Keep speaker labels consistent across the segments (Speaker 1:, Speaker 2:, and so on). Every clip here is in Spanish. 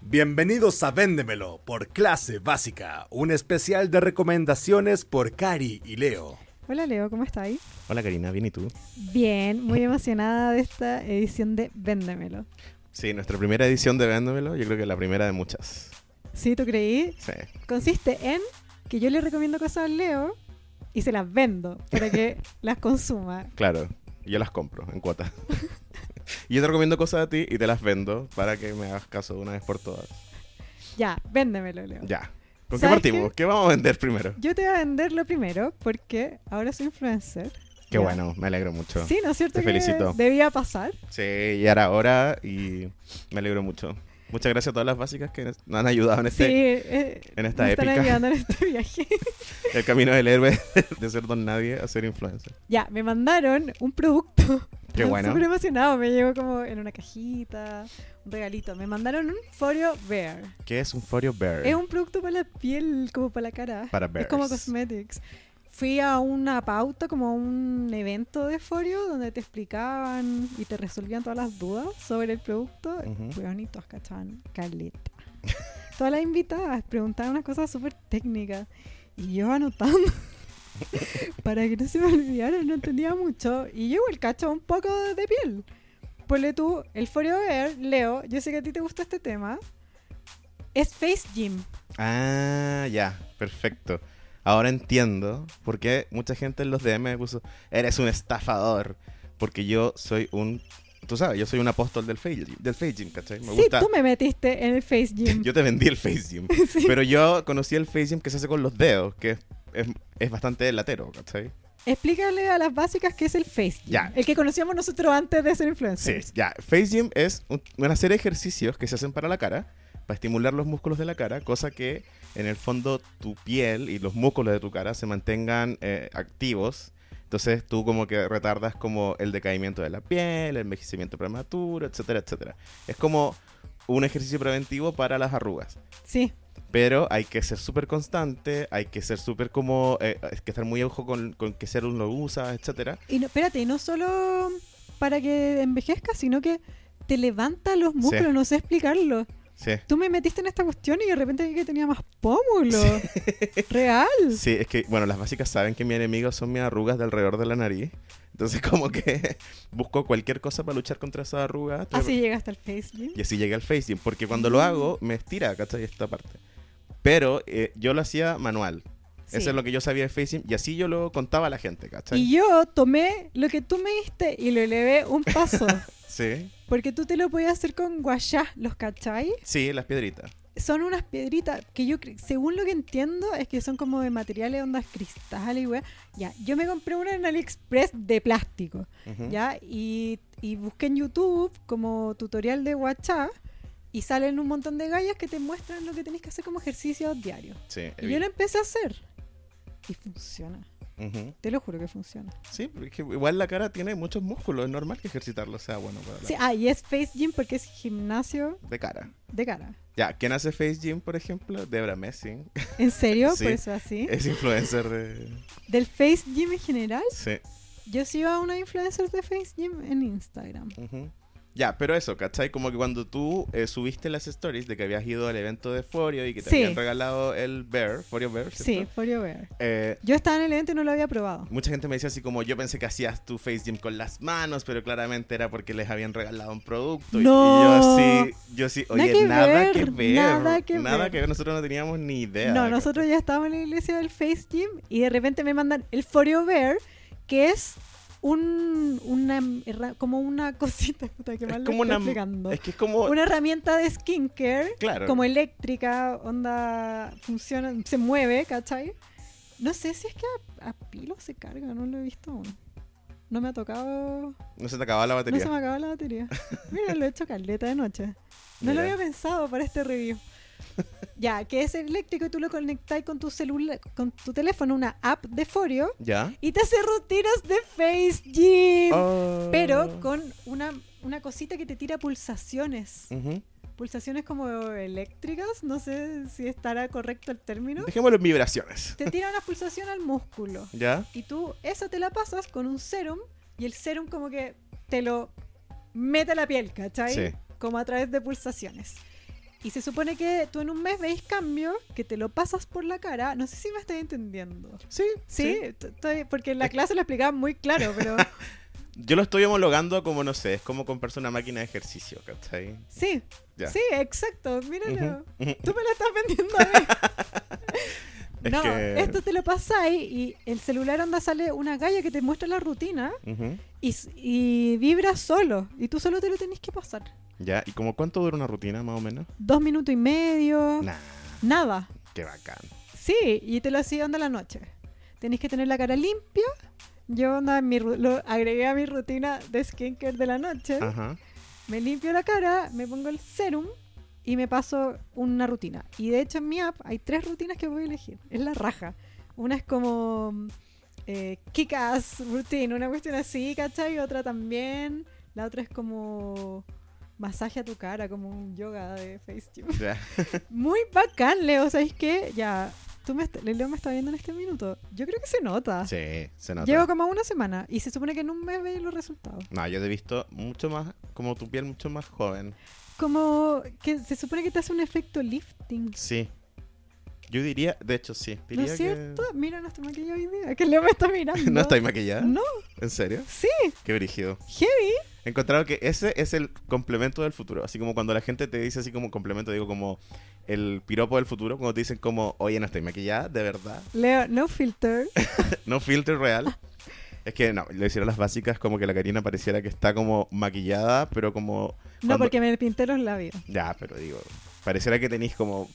Speaker 1: Bienvenidos a Véndemelo por Clase Básica, un especial de recomendaciones por Cari y Leo.
Speaker 2: Hola Leo, ¿cómo estás?
Speaker 3: Hola Karina, ¿bien y tú?
Speaker 2: Bien, muy emocionada de esta edición de Véndemelo.
Speaker 3: Sí, nuestra primera edición de Véndemelo, yo creo que la primera de muchas.
Speaker 2: ¿Sí, tú creí?
Speaker 3: Sí.
Speaker 2: Consiste en que yo le recomiendo cosas a Leo y se las vendo para que las consuma.
Speaker 3: Claro, yo las compro en cuotas. yo te recomiendo cosas a ti y te las vendo para que me hagas caso de una vez por todas.
Speaker 2: Ya, véndemelo Leo.
Speaker 3: Ya. ¿Con qué
Speaker 2: ¿Sabes
Speaker 3: partimos? Qué? vamos a vender primero?
Speaker 2: Yo te voy a vender lo primero porque ahora soy influencer.
Speaker 3: Qué
Speaker 2: Ya.
Speaker 3: bueno, me alegro mucho.
Speaker 2: Sí, ¿no es cierto?
Speaker 3: Te
Speaker 2: que
Speaker 3: felicito.
Speaker 2: Debía pasar.
Speaker 3: Sí, ya era hora y me alegro mucho. Muchas gracias a todas las básicas que nos han ayudado en
Speaker 2: Sí,
Speaker 3: este
Speaker 2: eh,
Speaker 3: en esta
Speaker 2: me están
Speaker 3: épica.
Speaker 2: ayudando en este viaje.
Speaker 3: el camino del héroe de ser don nadie a ser influencer.
Speaker 2: ya, me mandaron un producto.
Speaker 3: Qué
Speaker 2: Estaba
Speaker 3: bueno.
Speaker 2: Súper emocionado, me llegó como en una cajita, un regalito. Me mandaron un Foreo Bear.
Speaker 3: ¿Qué es un Forio Bear?
Speaker 2: Es un producto para la piel, como para la cara.
Speaker 3: Para
Speaker 2: Es como
Speaker 3: bears.
Speaker 2: cosmetics. Fui a una pauta, como a un evento de Foreo, donde te explicaban y te resolvían todas las dudas sobre el producto.
Speaker 3: Ujú.
Speaker 2: Weón, y todas cachaban caleta. todas las invitadas preguntaban unas cosas súper técnicas. Y yo anotando. para que no se me olvidara, no entendía mucho. Y yo igual cacho un poco de piel. Ponle tú, el Foreo Bear, Leo, yo sé que a ti te gusta este tema. Es Face Gym.
Speaker 3: Ah, ya, perfecto. Ahora entiendo por qué mucha gente en los DM me puso, eres un estafador, porque yo soy un, tú sabes, yo soy un apóstol del Face Gym, del face gym ¿cachai? Me
Speaker 2: Sí, tú me metiste en el Face Gym.
Speaker 3: Yo te vendí el Face Gym,
Speaker 2: Sí.
Speaker 3: pero yo conocí el Face Gym que se hace con los dedos, que es, es- es bastante latero, ¿cachai?
Speaker 2: Explícale a las básicas qué es el Face Gym.
Speaker 3: Ya.
Speaker 2: El que conocíamos nosotros antes de ser
Speaker 3: Sí,
Speaker 2: influencers.
Speaker 3: ya. Face Gym es un- una serie de ejercicios que se hacen para la cara, para estimular los músculos de la cara, cosa que en el fondo tu piel y los músculos de tu cara se mantengan eh, activos. Entonces tú como que retardas como el decaimiento de la piel, el envejecimiento prematuro, etcétera, etcétera. Es como un ejercicio preventivo para las arrugas.
Speaker 2: Sí.
Speaker 3: Pero hay que ser súper constante, hay que ser súper como... eh, hay que estar muy ojo con, con qué serum lo usa, etcétera.
Speaker 2: Y no, espérate, y no solo para que envejezcas, sino que te levanta los músculos, no sé explicarlo.
Speaker 3: Sí.
Speaker 2: Tú me metiste en esta cuestión y de repente vi que tenía más pómulos. Real.
Speaker 3: Sí, es que, bueno, las básicas saben que mi enemigo son mis arrugas de alrededor de la nariz. Entonces, como que busco cualquier cosa para luchar contra esas arrugas.
Speaker 2: Así llega hasta el Face Gym.
Speaker 3: Y así llegué al facing. Porque cuando lo hago, me estira, ¿cachai? Esta parte. Pero eh, yo lo hacía manual.
Speaker 2: Sí.
Speaker 3: Eso es lo que yo sabía de facing. Y así yo lo contaba a la gente, ¿cachai?
Speaker 2: Y yo tomé lo que tú me diste y lo elevé un paso.
Speaker 3: Sí.
Speaker 2: porque tú te lo podías hacer con guayá, ¿los cachai?
Speaker 3: Sí, las piedritas.
Speaker 2: son unas piedritas que yo, cre- según lo que entiendo, es que son como de materiales, ondas cristales y weá. Ya, yo me compré una en AliExpress de plástico,
Speaker 3: Ujú.
Speaker 2: ¿ya? Y, y busqué en YouTube como tutorial de WhatsApp y salen un montón de gallas que te muestran lo que tenés que hacer como ejercicio diario.
Speaker 3: Sí.
Speaker 2: Y yo lo empecé a hacer y funciona.
Speaker 3: Ujú.
Speaker 2: Te lo juro que funciona.
Speaker 3: Sí, porque es que igual la cara tiene muchos músculos. Es normal que ejercitarlo sea bueno para la-
Speaker 2: Sí, ah, y es Face Gym porque es gimnasio
Speaker 3: de cara.
Speaker 2: de cara.
Speaker 3: Ya, ¿quién hace face gym, por ejemplo? Debra Messing.
Speaker 2: ¿En serio?
Speaker 3: Sí. Eh.
Speaker 2: Por eso así.
Speaker 3: Es influencer de...
Speaker 2: Del Face Gym en general,
Speaker 3: Sí.
Speaker 2: Yo sigo a una influencer de Face Gym en Instagram.
Speaker 3: Ujú. Ya, pero eso, ¿cachai? Como que cuando tú eh, subiste las stories de que habías ido al evento de Forio y que te
Speaker 2: Sí.
Speaker 3: habían regalado el Bear, Forio Bear,
Speaker 2: Sí,
Speaker 3: ¿cierto?
Speaker 2: for your wear.
Speaker 3: Eh,
Speaker 2: Yo estaba en el evento y no lo había probado.
Speaker 3: mucha gente me decía así como, yo pensé que hacías tu face gym con las manos, pero claramente era porque les habían regalado un producto. Y-
Speaker 2: No.
Speaker 3: Y, yo así, yo así,
Speaker 2: Nada
Speaker 3: oye,
Speaker 2: que
Speaker 3: nada,
Speaker 2: ver,
Speaker 3: que ver,
Speaker 2: nada que
Speaker 3: nada
Speaker 2: ver.
Speaker 3: que ver, nosotros no teníamos ni idea.
Speaker 2: no, nosotros ya estábamos en la iglesia del Face Gym y de repente me mandan el for your wear, que es un, una, herra- como una cosita puta, que
Speaker 3: Es
Speaker 2: mal lo
Speaker 3: como
Speaker 2: estoy
Speaker 3: una...
Speaker 2: explicando.
Speaker 3: Es que es como...
Speaker 2: Una herramienta de skincare,
Speaker 3: Claro.
Speaker 2: como eléctrica, onda, funciona, se mueve, ¿cachai? No sé si es que a, a pilo se carga, no lo he visto aún. No me ha tocado
Speaker 3: No se te acababa la
Speaker 2: No
Speaker 3: batería.
Speaker 2: se me acabó la batería. Mira, lo he hecho caleta de noche. No lo
Speaker 3: Mira.
Speaker 2: había pensado para este review. Ya, que es eléctrico y tú lo conectas con tu celular, con tu teléfono, una app de Forio
Speaker 3: ¿Ya?
Speaker 2: y te hace rutinas de Face Gym.
Speaker 3: Oh.
Speaker 2: Pero con una, una cosita que te tira pulsaciones.
Speaker 3: Ujú.
Speaker 2: Pulsaciones como eléctricas, no sé si estará correcto el término.
Speaker 3: Dejémoslo en vibraciones.
Speaker 2: Te tira una pulsación al músculo.
Speaker 3: ¿Ya?
Speaker 2: Y tú esa te la pasas con un serum y el serum como que te lo mete a la piel, ¿cachai?
Speaker 3: Sí.
Speaker 2: Como a través de pulsaciones. Y se supone que tú en un mes veis cambio, que te lo pasas por la cara. No sé si me estoy entendiendo.
Speaker 3: Sí,
Speaker 2: Sí, t- estoy- porque en la clase lo explicaban muy claro, pero
Speaker 3: Yo lo estoy homologando a como, no sé, es como comprarse una máquina de ejercicio, ¿cachai?
Speaker 2: sí,
Speaker 3: Ya.
Speaker 2: sí, exacto, míralo.
Speaker 3: Ujú, ujú.
Speaker 2: Tú me lo estás vendiendo a mí.
Speaker 3: Es
Speaker 2: no,
Speaker 3: que-
Speaker 2: esto te lo pasáis y el celular anda sale una galla que te muestra la rutina
Speaker 3: Ujú.
Speaker 2: y, s- y vibra solo. Y tú solo te lo tenés que pasar.
Speaker 3: Ya, ¿y como cuánto dura una rutina, más o menos?
Speaker 2: Dos minutos y medio,
Speaker 3: Nah,
Speaker 2: nada.
Speaker 3: qué bacán.
Speaker 2: Sí, y te lo hacía onda la noche. Tenés que tener la cara limpia. Yo onda, mi ru- lo agregué a mi rutina de skincare de la noche.
Speaker 3: Ajá.
Speaker 2: Me limpio la cara, me pongo el serum y me paso una rutina. Y de hecho en mi app hay tres rutinas que voy a elegir. Es la raja. Una es como eh, kick-ass routine, una cuestión así, ¿cachai? Otra también. La otra es como masaje a tu cara, como un yoga de FaceTime.
Speaker 3: Ya.
Speaker 2: Muy bacán, Leo. ¿Sabes qué? Ya, tú me, est- Leo me está viendo en este minuto. Yo creo que se nota.
Speaker 3: Sí, se nota.
Speaker 2: Llevo como una semana y se supone que en un mes veis los resultados.
Speaker 3: No, yo te he visto mucho más, como tu piel mucho más joven.
Speaker 2: Como que se supone que te hace un efecto lifting.
Speaker 3: Sí. Yo diría, de hecho sí.
Speaker 2: ¿No
Speaker 3: Diría
Speaker 2: es
Speaker 3: que-
Speaker 2: cierto? Mira nuestro maquillaje hoy día. Que Leo me está mirando.
Speaker 3: ¿No estáis maquillada?
Speaker 2: No,
Speaker 3: ¿En serio?
Speaker 2: sí,
Speaker 3: Qué brígido.
Speaker 2: heavy.
Speaker 3: He encontrado que ese es el complemento del futuro. Así como cuando la gente te dice así como complemento, digo como el piropo del futuro, cuando te dicen como, oye, no estoy maquillada, de verdad.
Speaker 2: Leo, no filter.
Speaker 3: No filtro real. Es que no, le hicieron las básicas como que la Karina pareciera que está como maquillada, pero como...
Speaker 2: No,
Speaker 3: cuando-
Speaker 2: porque me pinté los labios.
Speaker 3: Ya, pero digo, pareciera que tenéis como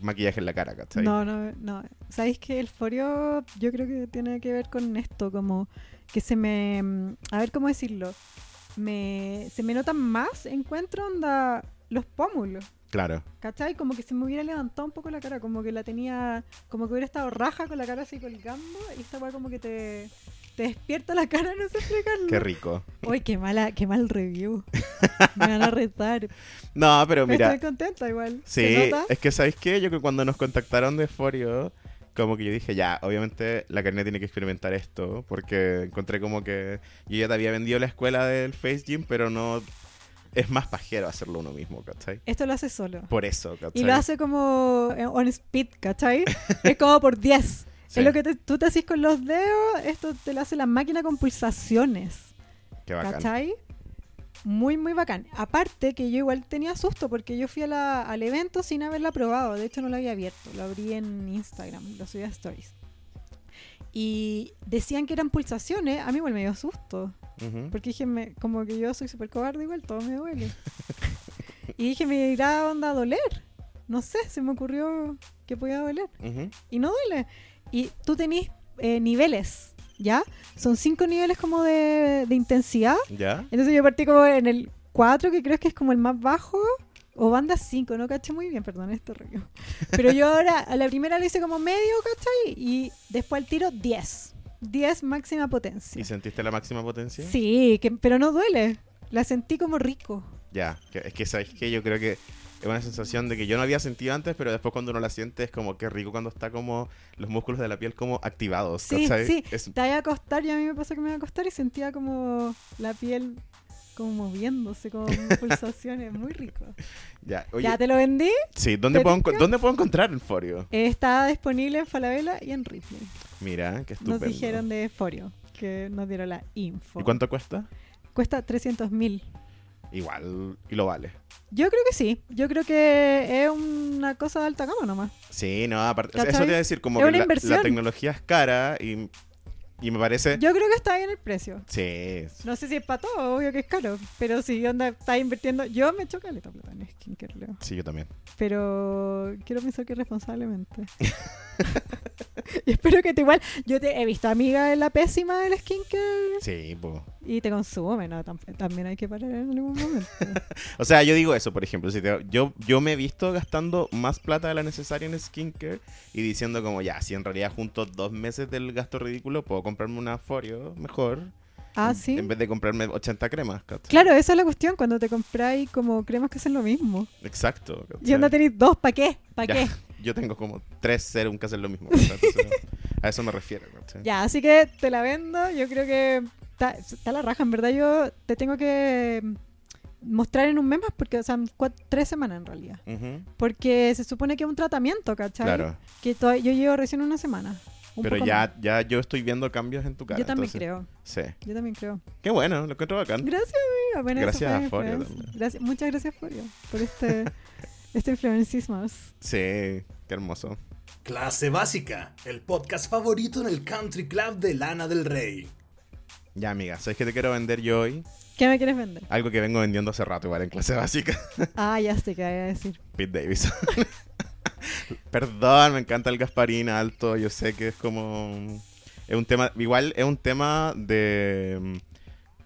Speaker 3: maquillaje en la cara, ¿cachai?
Speaker 2: No, no, no. ¿Sabéis que el forio yo creo que tiene que ver con esto? Como que se me... mm, A ver cómo decirlo. Me, se me notan más, encuentro onda los pómulos.
Speaker 3: Claro.
Speaker 2: ¿Cachai? Como que se me hubiera levantado un poco la cara, como que la tenía, como que hubiera estado raja con la cara así colgando y esta weá como que te, te despierta la cara, no sé explicarlo.
Speaker 3: Qué rico.
Speaker 2: Uy, qué mala, qué mal review. Me van a retar.
Speaker 3: No,
Speaker 2: Pero
Speaker 3: pero mira...
Speaker 2: estoy contenta igual. ¿Se
Speaker 3: Sí,
Speaker 2: nota?
Speaker 3: es que ¿sabéis qué? Yo que cuando nos contactaron de Forio, como que yo dije, ya, obviamente la Karina tiene que experimentar esto, porque encontré como que yo ya te había vendido la escuela del Face Gym, pero no... Es más pajero hacerlo uno mismo, ¿cachai?
Speaker 2: Esto lo hace solo.
Speaker 3: Por eso, ¿cachai?
Speaker 2: Y lo hace como eh, on speed, ¿cachai? es como por 10.
Speaker 3: Sí,
Speaker 2: Es lo que te- tú te haces con los dedos, esto te lo hace la máquina con pulsaciones,
Speaker 3: qué bacán.
Speaker 2: ¿cachai? Muy, muy bacán. Aparte que yo igual tenía susto porque yo fui a la- al evento sin haberla probado. De hecho, no la había abierto. Lo abrí en Instagram, lo subí a Stories. Y decían que eran pulsaciones. A mí igual me dio susto.
Speaker 3: Ujú.
Speaker 2: Porque dije, me- como que yo soy súper cobarde igual, todo me duele. y dije, me irá onda a doler. No sé, se me ocurrió que podía doler.
Speaker 3: Ujú.
Speaker 2: Y no duele. Y tú tenés eh, niveles, ¿ya? Son cinco niveles como de, de intensidad.
Speaker 3: ¿Ya?
Speaker 2: Entonces yo partí como en el 4, que creo que es como el más bajo, o banda 5, no caché muy bien, perdón, este rollo. Pero yo ahora, a la primera lo hice como medio, ¿cachai? Y después al tiro 10. 10 máxima potencia.
Speaker 3: ¿Y sentiste la máxima potencia?
Speaker 2: Sí, que, pero no duele. La sentí como rico.
Speaker 3: Ya, que- es que sabéis que yo creo que es una sensación de que yo no había sentido antes, pero después cuando uno la siente es como qué rico cuando está como los músculos de la piel como activados.
Speaker 2: Sí,
Speaker 3: ¿cachai?
Speaker 2: sí.
Speaker 3: Es-
Speaker 2: Te iba a acostar y a mí me pasó que me iba a acostar y sentía como la piel como moviéndose, como pulsaciones, muy rico.
Speaker 3: ya, oye,
Speaker 2: ya te lo vendí.
Speaker 3: sí, ¿dónde
Speaker 2: ¿te
Speaker 3: puedo, enco- ¿dónde puedo encontrar el Forio?
Speaker 2: Eh, Está disponible en Falabella y en Ripley.
Speaker 3: Mira, qué estupendo.
Speaker 2: Nos dijeron de Forio, que nos dieron la info.
Speaker 3: ¿Y cuánto cuesta?
Speaker 2: Cuesta 300 mil.
Speaker 3: Igual, y lo vale.
Speaker 2: Yo creo que sí. Yo creo que es una cosa de alta gama nomás.
Speaker 3: Sí, no, aparte, o sea, eso
Speaker 2: ¿Cachai?
Speaker 3: te iba a decir, como
Speaker 2: Es
Speaker 3: que
Speaker 2: una
Speaker 3: la- la,
Speaker 2: inversión.
Speaker 3: tecnología es cara y, y me parece...
Speaker 2: Yo creo que está bien el precio.
Speaker 3: Sí,
Speaker 2: No sé si es para todo, obvio que es caro. Pero si onda está invirtiendo. Yo me choca la plata en skincare, Leo.
Speaker 3: sí, yo también.
Speaker 2: Pero quiero pensar que responsablemente. y espero que te igual. Yo te he visto amiga de la pésima del skincare
Speaker 3: Sí, pues...
Speaker 2: y te consume, ¿no? Tam- también hay que parar en algún momento.
Speaker 3: O sea, yo digo eso, por ejemplo. Si te- yo, yo me he visto gastando más plata de la necesaria en skincare y diciendo como, ya, si en realidad junto dos meses del gasto ridículo, puedo comprarme una Forio mejor.
Speaker 2: ah,
Speaker 3: en-
Speaker 2: sí.
Speaker 3: En vez de comprarme 80 cremas, ¿cachai?
Speaker 2: Claro, esa es la cuestión, cuando te compráis como cremas que hacen lo mismo.
Speaker 3: Exacto.
Speaker 2: Y onda
Speaker 3: ¿cachai?
Speaker 2: tenéis dos, ¿para qué? ¿Para
Speaker 3: Ya,
Speaker 2: qué?
Speaker 3: Yo tengo como tres serums que hacen lo mismo. ¿cachai? Entonces, a eso me refiero, ¿cachai?
Speaker 2: Ya, así que te la vendo, yo creo que está, está la raja, en verdad yo te tengo que mostrar en un mes más, porque, o sea, cua- tres semanas en realidad.
Speaker 3: Ujú,
Speaker 2: Porque se supone que es un tratamiento, ¿cachai?
Speaker 3: Claro.
Speaker 2: Que todavía- yo llevo recién una semana. un
Speaker 3: Pero
Speaker 2: poco
Speaker 3: ya, ya yo estoy viendo cambios en tu
Speaker 2: más.
Speaker 3: cara.
Speaker 2: Yo también
Speaker 3: entonces-
Speaker 2: creo,
Speaker 3: Sí.
Speaker 2: yo también creo.
Speaker 3: Qué bueno, lo encuentro bacán.
Speaker 2: Gracias, amiga. Bueno, eso
Speaker 3: Gracias
Speaker 2: fue
Speaker 3: a
Speaker 2: mi
Speaker 3: Forio
Speaker 2: influencia.
Speaker 3: también.
Speaker 2: Gracias- muchas gracias, Forio, por este, este influencismo.
Speaker 3: Sí, qué hermoso.
Speaker 1: Clase Básica, el podcast favorito en el Country Club de Lana del Rey.
Speaker 3: Ya, amiga, ¿sabes qué te quiero vender yo hoy?
Speaker 2: ¿Qué me quieres vender?
Speaker 3: Algo que vengo vendiendo hace rato, igual en clase básica.
Speaker 2: Ah, ya sé qué voy a decir.
Speaker 3: Pete Davidson. Perdón, me encanta el Gasparín alto. Yo sé que es como. Es un tema. Igual es un tema de. mm,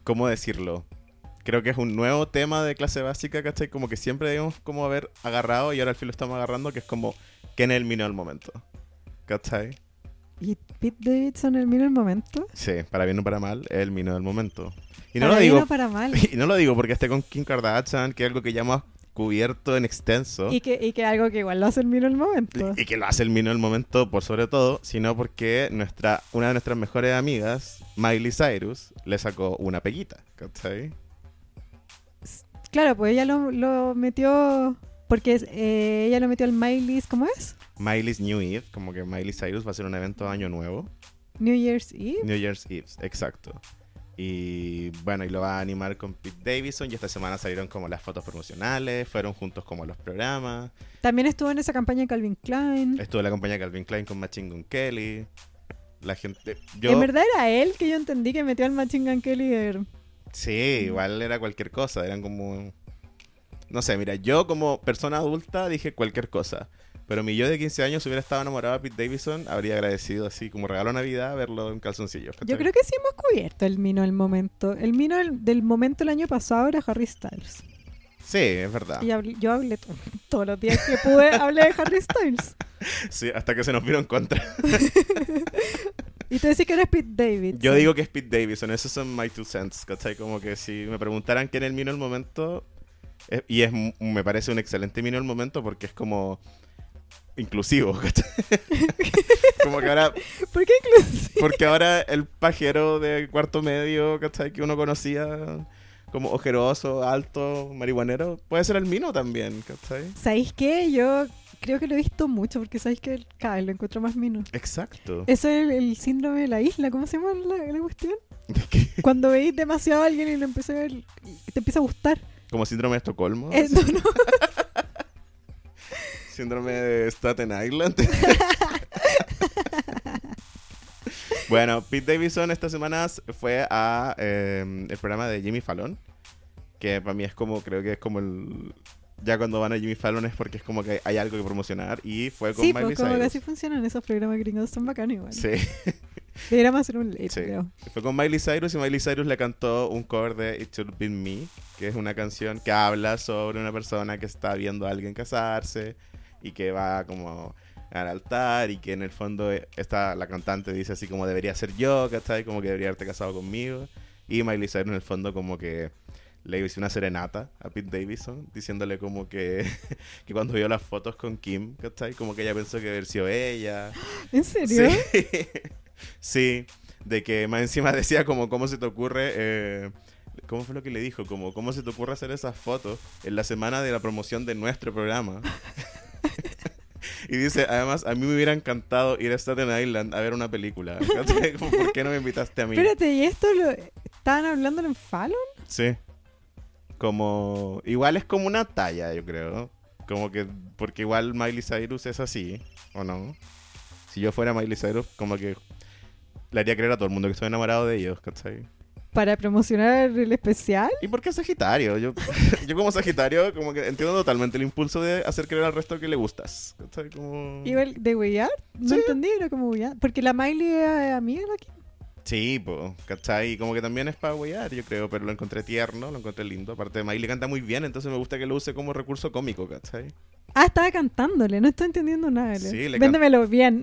Speaker 3: ¿Cómo decirlo? Creo que es un nuevo tema de clase básica, ¿cachai? Como que siempre debemos como haber agarrado y ahora al fin lo estamos agarrando, que es como ¿quién eliminó el momento. ¿Cachai?
Speaker 2: ¿Y Pete Davidson el miro el momento?
Speaker 3: Sí, para bien o para mal, es el mino del momento. Y no
Speaker 2: Para
Speaker 3: lo
Speaker 2: bien
Speaker 3: digo.
Speaker 2: o para mal.
Speaker 3: Y no lo digo porque esté con Kim Kardashian, que es algo que ya hemos cubierto en extenso.
Speaker 2: Y que, y que algo que igual lo hace el miro el momento.
Speaker 3: Y que lo hace el mino el momento, por sobre todo, sino porque nuestra, una de nuestras mejores amigas, Miley Cyrus, le sacó una peguita, ¿cachai?
Speaker 2: Claro, pues ella lo, lo metió. Porque es- eh, ella lo metió al Miley's, ¿cómo es?
Speaker 3: Miley's New Eve, como que Miley Cyrus va a hacer un evento de año nuevo.
Speaker 2: New Year's Eve.
Speaker 3: New Year's Eve, exacto. Y bueno, y lo va a animar con Pete Davidson. Y esta semana salieron como las fotos promocionales, fueron juntos como a los programas.
Speaker 2: También estuvo en esa campaña de Calvin Klein.
Speaker 3: Estuvo la compañía Calvin Klein con Machine Gun Kelly. La gente. Yo,
Speaker 2: En verdad era él que yo entendí que metió al Machine Gun Kelly. de-
Speaker 3: Sí, igual era cualquier cosa, eran como... No sé, mira, yo como persona adulta dije cualquier cosa, pero mi yo de 15 años si hubiera estado enamorado de Pete Davidson, habría agradecido así como regalo de Navidad verlo en calzoncillos.
Speaker 2: Yo creo que sí hemos cubierto el mino del momento. El mino del, del momento el año pasado era Harry Styles.
Speaker 3: Sí, es verdad.
Speaker 2: Y habl- yo hablé to- todos los días que pude, hablé de Harry Styles.
Speaker 3: Sí, hasta que se nos vino en contra.
Speaker 2: Y tú decís que eres Pete Davidson.
Speaker 3: Yo digo que es Pete Davidson, esos son my two cents, ¿cachai? Como que si me preguntaran quién es el mino del momento, eh, y es, m- me parece un excelente mino del momento porque es como inclusivo, ¿cachai? como que ahora
Speaker 2: ¿Por qué inclusive?
Speaker 3: Porque ahora el pajero de cuarto medio, ¿cachai? Que uno conocía como ojeroso, alto, marihuanero, puede ser el mino también, ¿cachai?
Speaker 2: ¿Sabéis qué? Yo creo que lo he visto mucho porque sabéis que cada vez lo encuentro más mino.
Speaker 3: Exacto.
Speaker 2: Eso es el, el síndrome de la isla, ¿cómo se llama la, la cuestión? Cuando veis demasiado a alguien y lo empieza a ver, y te empieza a gustar.
Speaker 3: Como síndrome de Estocolmo,
Speaker 2: Eh, no, no,
Speaker 3: síndrome de Staten Island. bueno, Pete Davidson estas semanas fue a eh, el programa de Jimmy Fallon, que para mí es como, creo que es como el... Ya cuando van a Jimmy Fallon es porque es como que hay algo que promocionar y fue con
Speaker 2: Sí,
Speaker 3: Miley
Speaker 2: pues como que
Speaker 3: Cyrus.
Speaker 2: así funcionan esos programas gringos, son bacanos igual.
Speaker 3: Sí.
Speaker 2: Deberíamos hacer un late,
Speaker 3: Sí.
Speaker 2: creo.
Speaker 3: Fue con Miley Cyrus y Miley Cyrus le cantó un cover de It Should Be Me, que es una canción que habla sobre una persona que está viendo a alguien casarse y que va como al altar y que en el fondo está la cantante dice así como debería ser yo, ¿cachai? Como que debería haberte casado conmigo. Y Miley Cyrus en el fondo como que le hizo una serenata a Pete Davidson diciéndole como que, que cuando vio las fotos con Kim, ¿cachai? Como que ella pensó que haber sido ella.
Speaker 2: ¿En serio?
Speaker 3: Sí. Sí, de que más encima decía como cómo se te ocurre, eh, ¿cómo fue lo que le dijo? Como cómo se te ocurre hacer esas fotos en la semana de la promoción de nuestro programa. Y dice, además, a mí me hubiera encantado ir a Staten Island a ver una película. ¿Cachai? Como, ¿Por qué no me invitaste a mí?
Speaker 2: Espérate, ¿y esto lo estaban hablándolo en Fallon?
Speaker 3: Sí. Como, igual es como una talla, yo creo. Como que, porque igual Miley Cyrus es así, ¿o no? Si yo fuera Miley Cyrus, como que le haría creer a todo el mundo que estoy enamorado de ellos, ¿cachai?
Speaker 2: ¿Para promocionar el especial?
Speaker 3: ¿Y por qué Sagitario? Yo, yo como Sagitario, como que entiendo totalmente el impulso de hacer creer al resto que le gustas. ¿Cachai? Como...
Speaker 2: Igual de Weyard, no
Speaker 3: Mm. Sí.
Speaker 2: entendí, era como Weyard. Porque la Miley es amiga de la Kim.
Speaker 3: Sí, po, ¿cachai? Y como que también es para huear, yo creo, pero lo encontré tierno, lo encontré lindo. Aparte, Miley canta muy bien, entonces me gusta que lo use como recurso cómico, ¿cachai?
Speaker 2: Ah, estaba cantándole, no estoy entendiendo nada. Ale.
Speaker 3: Sí, le can-
Speaker 2: Véndemelo bien.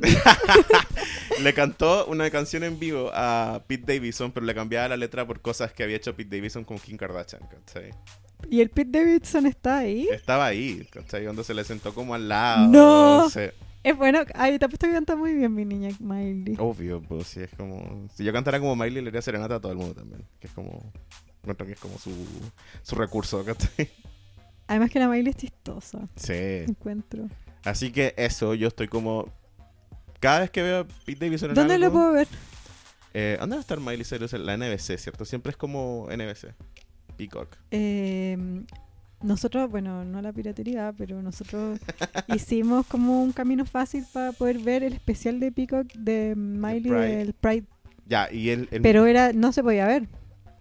Speaker 3: Le cantó una canción en vivo a Pete Davidson, pero le cambiaba la letra por cosas que había hecho Pete Davidson con Kim Kardashian, ¿cachai?
Speaker 2: ¿Y el Pete Davidson está ahí?
Speaker 3: Estaba ahí, ¿cachai? Donde se le sentó como al lado.
Speaker 2: ¡No!
Speaker 3: sé.
Speaker 2: Es bueno, ay, te apuesto que canta muy bien mi niña Miley.
Speaker 3: Obvio, pues si es como... Si yo cantara como Miley, le haría serenata a todo el mundo también, que es como... Encuentro que es como su, su recurso, ¿cachai?
Speaker 2: Además que la Miley es chistosa,
Speaker 3: Sí.
Speaker 2: encuentro.
Speaker 3: Así que eso, yo estoy como. Cada vez que veo a Pete Davidson en
Speaker 2: ¿Dónde lo
Speaker 3: algo,
Speaker 2: puedo ver?
Speaker 3: eh, ¿Dónde va a estar Miley Cyrus en la NBC, cierto? Siempre es como NBC. Peacock.
Speaker 2: Eh, nosotros, bueno, no la piratería, pero nosotros hicimos como un camino fácil para poder ver el especial de Peacock de Miley
Speaker 3: Pride.
Speaker 2: del Pride.
Speaker 3: Ya, y él. él-
Speaker 2: Pero era no se podía ver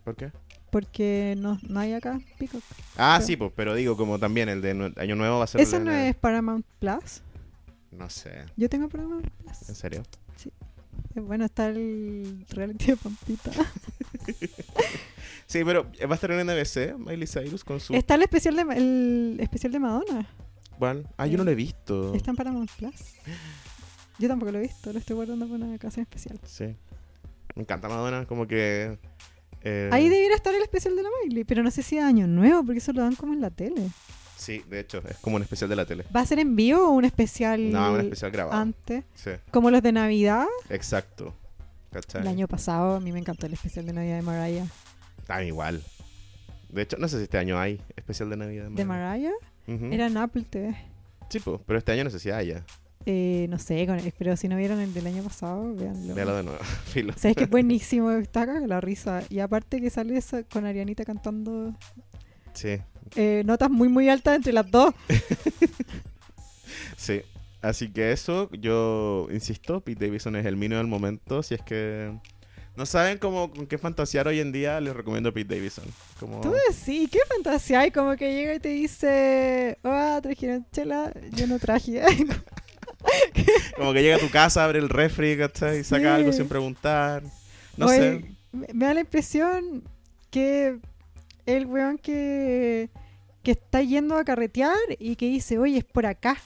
Speaker 3: ¿Por qué?
Speaker 2: porque no, no hay acá Peacock.
Speaker 3: Ah,
Speaker 2: Pero-
Speaker 3: sí, pues, pero digo, como también el de nu- Año Nuevo va a ser.
Speaker 2: ¿Eso
Speaker 3: la
Speaker 2: no
Speaker 3: NBC.
Speaker 2: es Paramount Plus?
Speaker 3: No sé.
Speaker 2: Yo tengo Paramount
Speaker 3: ¿En
Speaker 2: Plus.
Speaker 3: serio?
Speaker 2: Eh, Bueno, está el reality de Pampita.
Speaker 3: Sí, pero eh, va a estar en NBC, Miley Cyrus, con su.
Speaker 2: Está el especial de, Ma- el especial de Madonna.
Speaker 3: Juan. Ah, yo no lo he visto.
Speaker 2: Está en Paramount Plus. Yo tampoco lo he visto, lo estoy guardando para una ocasión especial.
Speaker 3: Sí. Me encanta Madonna, como que. eh,
Speaker 2: Ahí debiera estar el especial de la Miley, pero no sé si es año nuevo, porque eso lo dan como en la tele.
Speaker 3: Sí, de hecho, es como un especial de la tele.
Speaker 2: ¿Va a ser en vivo o un especial,
Speaker 3: No, un especial grabado.
Speaker 2: antes?
Speaker 3: Sí,
Speaker 2: Como los de Navidad.
Speaker 3: exacto. ¿Cachai?
Speaker 2: El año pasado a mí me encantó el especial de Navidad de Mariah.
Speaker 3: Ah, igual. De hecho, no sé si este año hay especial de Navidad.
Speaker 2: ¿De Mariah?
Speaker 3: Ujú.
Speaker 2: Era en Apple TV.
Speaker 3: Sí, po, pero este año no sé si haya.
Speaker 2: Eh, no sé, con- pero si no vieron el del año pasado, véanlo.
Speaker 3: Véalo de nuevo. Filo.
Speaker 2: O sea, es que es buenísimo, está cagado la risa. Y aparte que sale esa- con Arianita cantando
Speaker 3: Sí,
Speaker 2: eh, notas muy muy altas entre las dos.
Speaker 3: sí. Así que eso, yo insisto, Pete Davidson es el mino del momento. Si es que no saben cómo con qué fantasear hoy en día, les recomiendo Pete Davidson. Como...
Speaker 2: Tú decís, qué fantasía hay, como que llega y te dice, ah, trajeron chela, yo no traje.
Speaker 3: Como que llega a tu casa, abre el refri, ¿cachai? Y saca
Speaker 2: Sí.
Speaker 3: algo sin preguntar. No
Speaker 2: Oye,
Speaker 3: sé.
Speaker 2: Me me da la impresión que el weón que, que está yendo a carretear y que dice, oye, es por acá.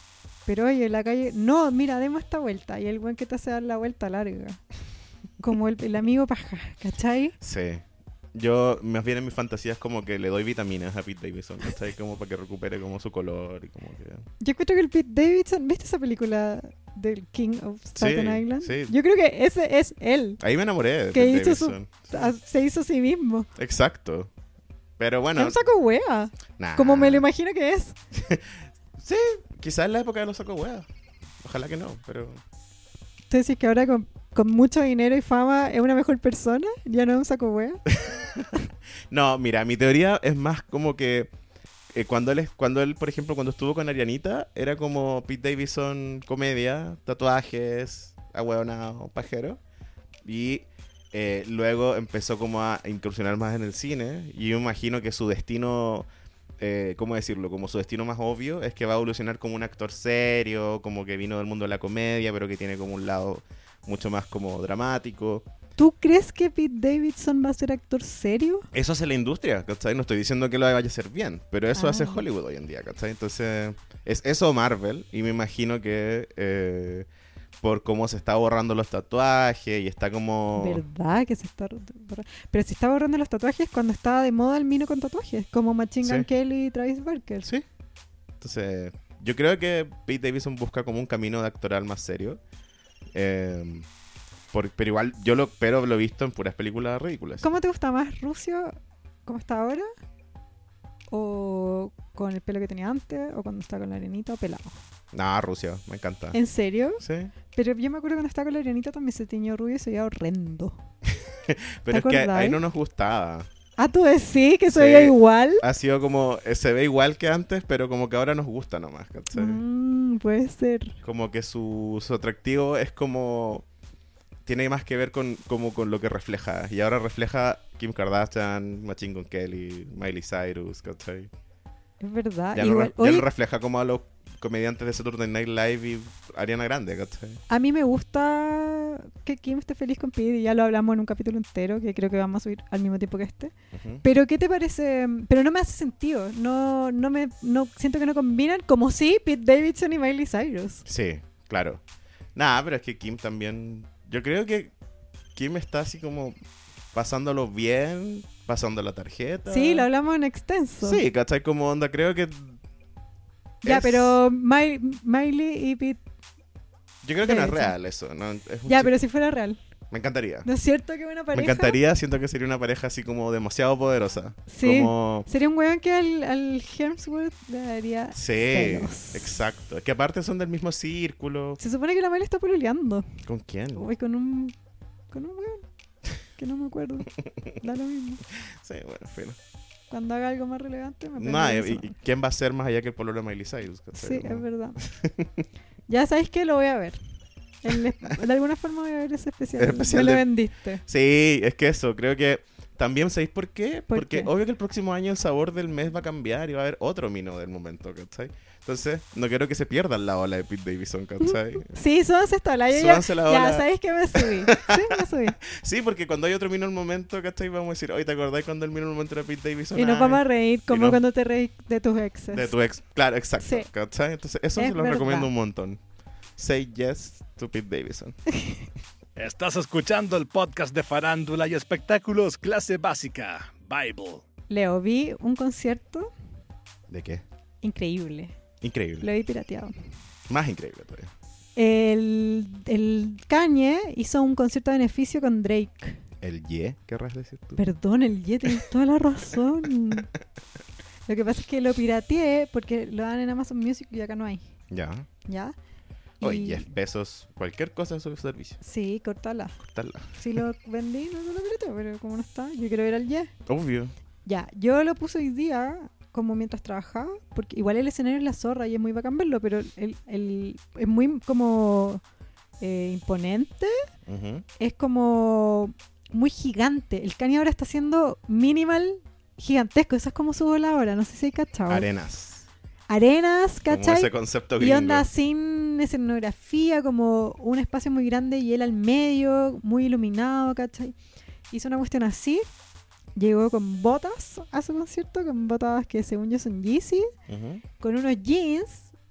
Speaker 2: Pero oye, la calle, no, mira, demos esta vuelta. Y el weón que te hace dar la vuelta larga. Como el, el amigo paja, ¿cachai?
Speaker 3: Sí. Yo, más bien en mis fantasías, como que le doy vitaminas a Pete Davidson, ¿cachai? Como para que recupere como su color y como que...
Speaker 2: Yo creo que el Pete Davidson, ¿viste esa película del King of Staten
Speaker 3: Sí,
Speaker 2: Island?
Speaker 3: sí.
Speaker 2: Yo creo que ese es él.
Speaker 3: Ahí me enamoré de
Speaker 2: Que
Speaker 3: Pete
Speaker 2: hizo su-
Speaker 3: Davidson.
Speaker 2: Ah, Se hizo a sí mismo.
Speaker 3: Exacto. Pero bueno... Ah.
Speaker 2: Es un saco wea.
Speaker 3: nah.
Speaker 2: Como me lo imagino que es.
Speaker 3: Sí, quizás en la época de los saco hueá. Ojalá que no, pero...
Speaker 2: Entonces, si es que ahora con, con mucho dinero y fama es una mejor persona, ya no es un saco wea.
Speaker 3: No, mira, mi teoría es más como que... eh, cuando, él, es- cuando él, por ejemplo, cuando estuvo con Arianita, era como Pete Davidson comedia, tatuajes, ahueonado, pajero. Y eh, luego empezó como a incursionar más en el cine. Y yo imagino que su destino, eh, ¿cómo decirlo? Como su destino más obvio es que va a evolucionar como un actor serio, como que vino del mundo de la comedia, pero que tiene como un lado mucho más como dramático.
Speaker 2: ¿Tú crees que Pete Davidson va a ser actor serio?
Speaker 3: Eso hace la industria, ¿cachai? No estoy diciendo que lo vaya a hacer bien, pero eso
Speaker 2: Ah.
Speaker 3: hace Hollywood hoy en día, ¿cachai? Entonces, es eso Marvel, y me imagino que eh, por cómo se está borrando los tatuajes y está como...
Speaker 2: ¿Verdad que se está borra- Pero se está borrando los tatuajes cuando estaba de moda el mino con tatuajes, como Machine Gun
Speaker 3: Sí.
Speaker 2: Kelly y Travis Barker.
Speaker 3: Sí. Entonces, yo creo que Pete Davidson busca como un camino de actoral más serio. Eh, por- pero igual, yo lo, pero lo he visto en puras películas ridículas.
Speaker 2: ¿Cómo te gusta más Rusio como está ahora? ¿O con el pelo que tenía antes? ¿O cuando está con la arenita o pelado?
Speaker 3: Nah, Rusia, me encanta.
Speaker 2: ¿En serio?
Speaker 3: Sí.
Speaker 2: Pero yo me acuerdo cuando estaba con la arenita también se teñió rubio y se veía horrendo.
Speaker 3: Pero es que
Speaker 2: acordás?
Speaker 3: ahí no nos gustaba.
Speaker 2: Ah, tú decís que se veía
Speaker 3: Sí.
Speaker 2: igual.
Speaker 3: ha sido como, eh, se ve igual que antes, pero como que ahora nos gusta nomás, ¿cachai?
Speaker 2: Mm, puede ser.
Speaker 3: Como que su, su atractivo es como, tiene más que ver con, como con lo que refleja. Y ahora refleja Kim Kardashian, Machine Gun Kelly, Miley Cyrus, ¿cachai?
Speaker 2: Es verdad.
Speaker 3: Ya,
Speaker 2: Ah, Igual-
Speaker 3: lo, re- ya lo
Speaker 2: oye,
Speaker 3: refleja como a los comediantes de Saturday Night Live y Ariana Grande, ¿cachai?
Speaker 2: a mí me gusta que Kim esté feliz con Pete y ya lo hablamos en un capítulo entero que creo que vamos a subir al mismo tiempo que este.
Speaker 3: Ujú.
Speaker 2: Pero ¿qué te parece? Pero no me hace sentido. No, no me, no siento que no combinan como si Pete Davidson y Miley Cyrus.
Speaker 3: Sí, claro. Nada, pero es que Kim también, yo creo que Kim está así como pasándolo bien, pasando la tarjeta.
Speaker 2: Sí, lo hablamos en extenso.
Speaker 3: Ah. Sí, ¿cachai? Como onda, creo que.
Speaker 2: Ya,
Speaker 3: es-
Speaker 2: pero Mi- Miley y Pete.
Speaker 3: Yo creo que no es
Speaker 2: Davidson.
Speaker 3: real eso, ¿no? Es un
Speaker 2: Ya,
Speaker 3: chiste.
Speaker 2: pero si fuera real.
Speaker 3: Me encantaría.
Speaker 2: ¿No es cierto que una pareja?
Speaker 3: Me encantaría, siento que sería una pareja así como demasiado poderosa.
Speaker 2: Sí.
Speaker 3: Como...
Speaker 2: Sería un weón que al, al Hemsworth le daría.
Speaker 3: Sí,
Speaker 2: celos.
Speaker 3: exacto. Que aparte son del mismo círculo.
Speaker 2: Se supone que la Mel está pololeando.
Speaker 3: ¿Con quién?
Speaker 2: Uy, con un. con un weón. Que no me acuerdo. Da lo mismo.
Speaker 3: Sí, bueno, filo.
Speaker 2: Cuando haga algo más relevante me
Speaker 3: No,
Speaker 2: pondré
Speaker 3: y-
Speaker 2: eso.
Speaker 3: y- y ¿quién va a ser más allá que el pololo de Miley Cyrus?
Speaker 2: Sí,
Speaker 3: ¿cachai?
Speaker 2: es
Speaker 3: Como-
Speaker 2: verdad. ya sabéis que lo voy a ver. El es- de alguna forma voy a ver ese especial.
Speaker 3: El especial
Speaker 2: me lo
Speaker 3: de-
Speaker 2: vendiste.
Speaker 3: Sí, es que eso, creo que también, ¿sabéis por qué?
Speaker 2: ¿Por
Speaker 3: Porque
Speaker 2: qué?
Speaker 3: obvio que el próximo año el sabor del mes va a cambiar y va a haber otro mino del momento, ¿cachai? Entonces, no quiero que se pierda la ola de Pete Davidson, ¿cachai?
Speaker 2: Sí, súbanse esta ola. Yo ya,
Speaker 3: Súbanse la
Speaker 2: ya
Speaker 3: ola.
Speaker 2: sabéis que me subí. Sí, me subí.
Speaker 3: Sí, porque cuando hay otro mino del momento, ¿cachai? Vamos a decir, oye, ¿te acordás cuando el mino del momento era Pete Davidson?
Speaker 2: Y nos
Speaker 3: Ay,
Speaker 2: vamos a reír como
Speaker 3: no-
Speaker 2: cuando te reís de tus exes.
Speaker 3: De tu ex, claro, exacto,
Speaker 2: Sí.
Speaker 3: ¿cachai? Entonces, eso
Speaker 2: Es
Speaker 3: se lo
Speaker 2: verdad.
Speaker 3: recomiendo un montón. Say yes to Pete Davidson.
Speaker 1: Estás escuchando el podcast de farándula y espectáculos clase básica, Bible.
Speaker 2: Leo, vi un concierto
Speaker 3: ¿De qué?
Speaker 2: increíble.
Speaker 3: Increíble.
Speaker 2: Lo vi pirateado.
Speaker 3: Más increíble todavía.
Speaker 2: El, el Kanye hizo un concierto de beneficio con Drake.
Speaker 3: El ye, querrás decir tú.
Speaker 2: Perdón, el Ye, tienes toda la razón. Lo que pasa es que lo pirateé porque lo dan en Amazon Music y acá no hay.
Speaker 3: Ya.
Speaker 2: ¿Ya?
Speaker 3: Oye,
Speaker 2: Y-
Speaker 3: Jeff Bezos, cualquier cosa de su servicio.
Speaker 2: Sí, cortala.
Speaker 3: Cortarla.
Speaker 2: Si lo vendí, no se lo pirateé, pero como no está, yo quiero ver al Ye.
Speaker 3: Obvio.
Speaker 2: Ya, yo lo puse hoy día como mientras trabajaba, porque igual el escenario es la zorra y es muy bacán verlo, pero el, el- es muy como eh, imponente,
Speaker 3: Ujú.
Speaker 2: es como muy gigante. El Kanye ahora está haciendo minimal gigantesco, eso es como su bola ahora, no sé si hay cachado.
Speaker 3: Arenas.
Speaker 2: Arenas,
Speaker 3: Como
Speaker 2: ¿cachai?
Speaker 3: ese concepto
Speaker 2: Y
Speaker 3: gringo.
Speaker 2: onda sin escenografía, como un espacio muy grande y él al medio, muy iluminado, ¿cachai? Hizo una cuestión así, llegó con botas a su concierto, con botas que según yo son Yeezy,
Speaker 3: Ujú.
Speaker 2: con unos jeans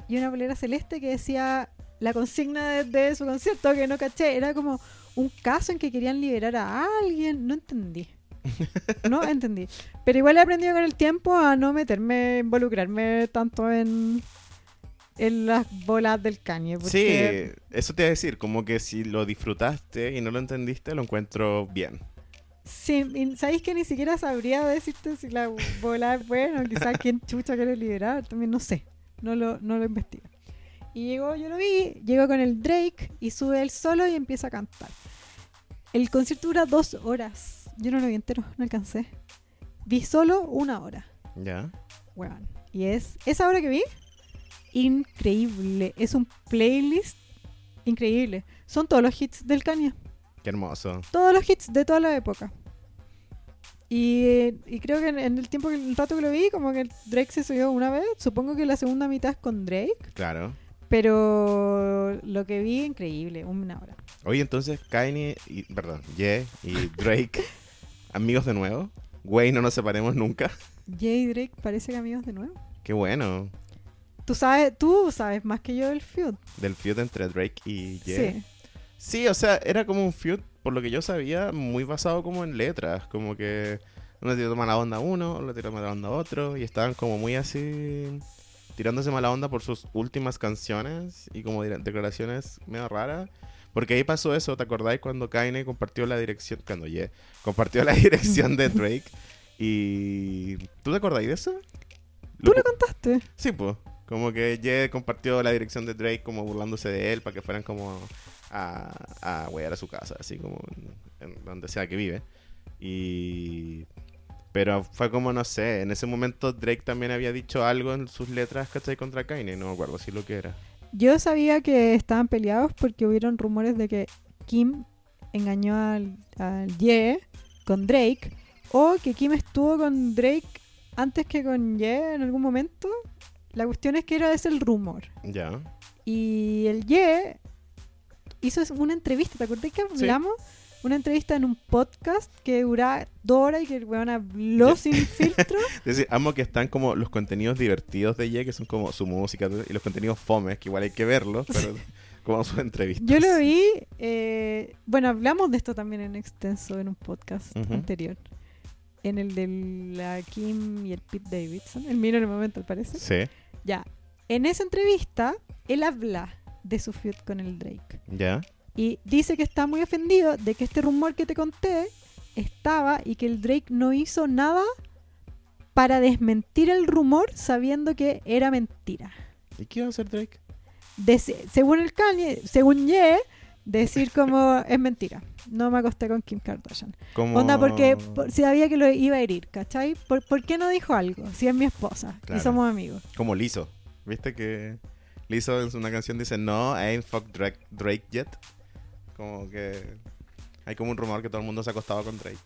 Speaker 2: y una polera celeste que decía la consigna de, de su concierto, que no caché, era como un caso en que querían liberar a alguien, no entendí. No entendí. Pero igual he aprendido con el tiempo a no meterme, involucrarme tanto en, en las bolas del Kanye.
Speaker 3: Sí,
Speaker 2: Porque
Speaker 3: eso te iba a decir, como que si lo disfrutaste y no lo entendiste, lo encuentro bien.
Speaker 2: sí. y ¿Sabéis que ni siquiera sabría decirte si la bola es buena o quizás quién chucha quiere liberar? También no sé. No lo, no lo investigo. Y llegó, yo lo vi, llegó con el Drake y sube él solo y empieza a cantar. El concierto dura dos horas. Yo no lo vi entero, no alcancé. Vi solo una hora.
Speaker 3: ¿Ya?
Speaker 2: Weón. Y es esa obra que vi, increíble. Es un playlist increíble. Son todos los hits del Kanye.
Speaker 3: Qué hermoso.
Speaker 2: Todos los hits de toda la época. Y, y creo que en, en el tiempo, que- el rato que lo vi, como que Drake se subió una vez. Supongo que la segunda mitad es con Drake.
Speaker 3: Claro.
Speaker 2: Pero lo que vi, increíble. Una hora.
Speaker 3: Oye, entonces Kanye y, perdón, Ye y Drake, amigos de nuevo. Güey, no nos separemos nunca.
Speaker 2: Jay y Drake parece que amigos de nuevo.
Speaker 3: Qué bueno.
Speaker 2: Tú sabes, tú sabes más que yo del feud.
Speaker 3: Del feud entre Drake y Ye.
Speaker 2: Sí.
Speaker 3: Sí, o sea, era como un feud, por lo que yo sabía, muy basado como en letras, como que uno tiró mala onda a uno, lo tiró mala onda a otro, y estaban como muy así tirándose mala onda por sus últimas canciones y como dire- declaraciones medio raras. Porque ahí pasó eso, ¿te acordáis cuando Kanye compartió la dirección, cuando Ye, compartió la dirección de Drake? Y... ¿Tú te acordáis de eso?
Speaker 2: Tú
Speaker 3: Lo
Speaker 2: lo
Speaker 3: pu-
Speaker 2: contaste.
Speaker 3: Sí, pues. Como que Ye compartió la dirección de Drake como burlándose de él para que fueran como a, a huear a su casa, así como en, en donde sea que vive. Y... Pero fue como, no sé, en ese momento Drake también había dicho algo en sus letras, ¿cachai? Contra Kanye, no me acuerdo si lo que era.
Speaker 2: Yo sabía que estaban peleados porque hubieron rumores de que Kim engañó al, al Ye con Drake o que Kim estuvo con Drake antes que con Ye en algún momento. La cuestión es que era ese el rumor.
Speaker 3: Ya.
Speaker 2: Y el Ye hizo es- una entrevista, ¿te acordás que
Speaker 3: Sí.
Speaker 2: hablamos? Una entrevista en un podcast que duraba dos horas y que el weón habló
Speaker 3: Ya.
Speaker 2: sin filtro.
Speaker 3: Es decir, amo que están como los contenidos divertidos de Ye, que son como su música, y los contenidos fomes, que igual hay que verlos, pero como sus entrevistas.
Speaker 2: Yo lo vi, eh, bueno, hablamos de esto también en extenso en un podcast
Speaker 3: Ujú.
Speaker 2: anterior, en el de la Kim y el Pete Davidson, el miro en el momento, al parecer.
Speaker 3: Sí,
Speaker 2: Ya, en esa entrevista, él habla de su feud con el Drake.
Speaker 3: ya.
Speaker 2: Y dice que está muy ofendido de que este rumor que te conté estaba y que el Drake no hizo nada para desmentir el rumor sabiendo que era mentira.
Speaker 3: ¿Y qué iba a hacer Drake?
Speaker 2: Deci- según el Kanye, según Ye, decir como es mentira. No me acosté con Kim Kardashian.
Speaker 3: Como...
Speaker 2: Onda, porque
Speaker 3: Oh.
Speaker 2: por- si sabía que lo iba a herir, ¿cachai? ¿Por, por qué no dijo algo? Si es mi esposa
Speaker 3: Claro.
Speaker 2: y somos amigos.
Speaker 3: Como Lizo. ¿Viste que Lizo en una canción dice No, I ain't fuck Drake, Drake yet? Como que hay como un rumor que todo el mundo se ha acostado con Drake.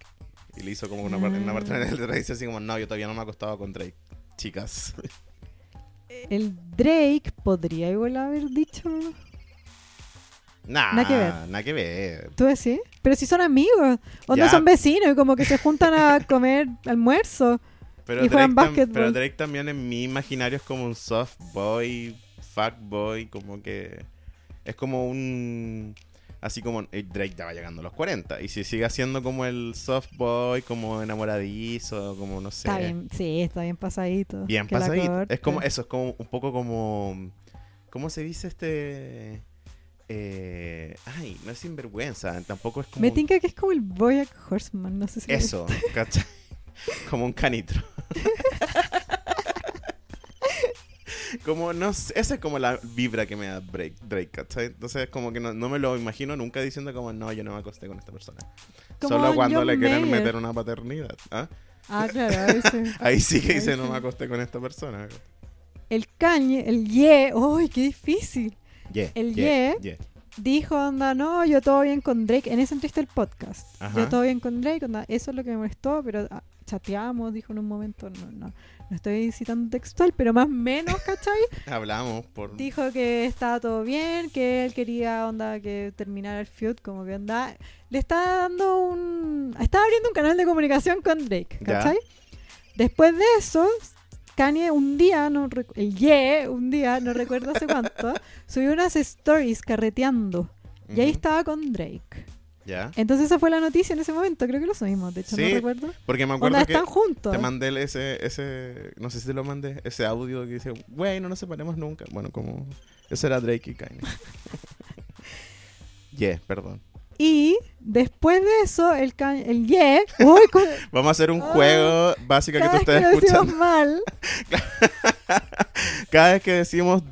Speaker 3: Y Lizo como una, parte- en una parte
Speaker 2: Ah.
Speaker 3: en el Drake dice así como No, yo todavía no me he acostado con Drake. Chicas.
Speaker 2: El Drake podría igual haber dicho.
Speaker 3: Nah,
Speaker 2: Nada que ver.
Speaker 3: Nada que ver.
Speaker 2: ¿Tú decís? Pero si son amigos. O no
Speaker 3: Ya.
Speaker 2: son vecinos y como que se juntan a comer almuerzo.
Speaker 3: Pero,
Speaker 2: Y
Speaker 3: Drake
Speaker 2: juegan
Speaker 3: tam-
Speaker 2: básquetbol.
Speaker 3: pero Drake también en mi imaginario es como un soft boy, fuck boy, como que es como un... Así como eh, Drake ya va llegando a los 40 y si sigue siendo como el soft boy, como enamoradizo, como no sé.
Speaker 2: Está bien, sí, está bien pasadito.
Speaker 3: bien
Speaker 2: Que la
Speaker 3: pasadito.
Speaker 2: corte.
Speaker 3: Es como eso, es como un poco como... ¿Cómo se dice este...? Eh, ay, no es sinvergüenza, tampoco es como...
Speaker 2: Me
Speaker 3: un-
Speaker 2: tinca que es como el Boyack Horseman, no sé si. lo-
Speaker 3: Eso, ¿cachai? Como un canitro. como, no sé, esa es como la vibra que me da Drake, Drake ¿cachai? Entonces, como que no, no me lo imagino nunca diciendo como, no, yo no me acosté con esta persona.
Speaker 2: Como
Speaker 3: Solo cuando
Speaker 2: John
Speaker 3: le quieren
Speaker 2: Mayer.
Speaker 3: meter una paternidad. ¿ah?
Speaker 2: Ah, claro, a veces.
Speaker 3: Ahí sí que
Speaker 2: Ahí
Speaker 3: dice, no
Speaker 2: sí.
Speaker 3: me acosté con esta persona.
Speaker 2: El Kanye, el Ye, ¡ay, qué difícil!
Speaker 3: Yeah,
Speaker 2: El
Speaker 3: yeah,
Speaker 2: yeah.
Speaker 3: yeah.
Speaker 2: Dijo, onda, no, yo todo bien con Drake. En ese entrevista el podcast.
Speaker 3: Ajá.
Speaker 2: Yo todo bien con Drake, onda, eso es lo que me molestó, pero ah, chateamos, dijo en un momento, no, no, no estoy citando textual, pero más o menos, ¿cachai?
Speaker 3: Hablamos por...
Speaker 2: Dijo que estaba todo bien, que él quería, onda, que terminara el feud, como que onda. Le está dando un. Estaba abriendo un canal de comunicación con Drake,
Speaker 3: Ya.
Speaker 2: ¿cachai? Después de eso, Kanye un día, no recu- el Ye, un día, no recuerdo hace cuánto, subió unas stories carreteando. Y ahí
Speaker 3: Ujú,
Speaker 2: estaba con Drake.
Speaker 3: Ya.
Speaker 2: Entonces, esa fue la noticia en ese momento, creo que lo subimos, de hecho,
Speaker 3: Sí,
Speaker 2: no recuerdo.
Speaker 3: Porque me acuerdo
Speaker 2: Onda,
Speaker 3: que...
Speaker 2: están juntos.
Speaker 3: Te mandé ese, ese, no sé si te lo mandé, ese audio que dice, güey, no nos separemos nunca. Bueno, como, ese era Drake y Kanye. yeah, perdón.
Speaker 2: Y después de eso, el, Kan- el Ye. ¡Uy! con-
Speaker 3: Vamos a hacer un
Speaker 2: Ay,
Speaker 3: juego básico que
Speaker 2: Ah, Cada vez
Speaker 3: tú
Speaker 2: que
Speaker 3: estés
Speaker 2: lo decimos
Speaker 3: escuchando.
Speaker 2: mal.
Speaker 3: Cada vez que decimos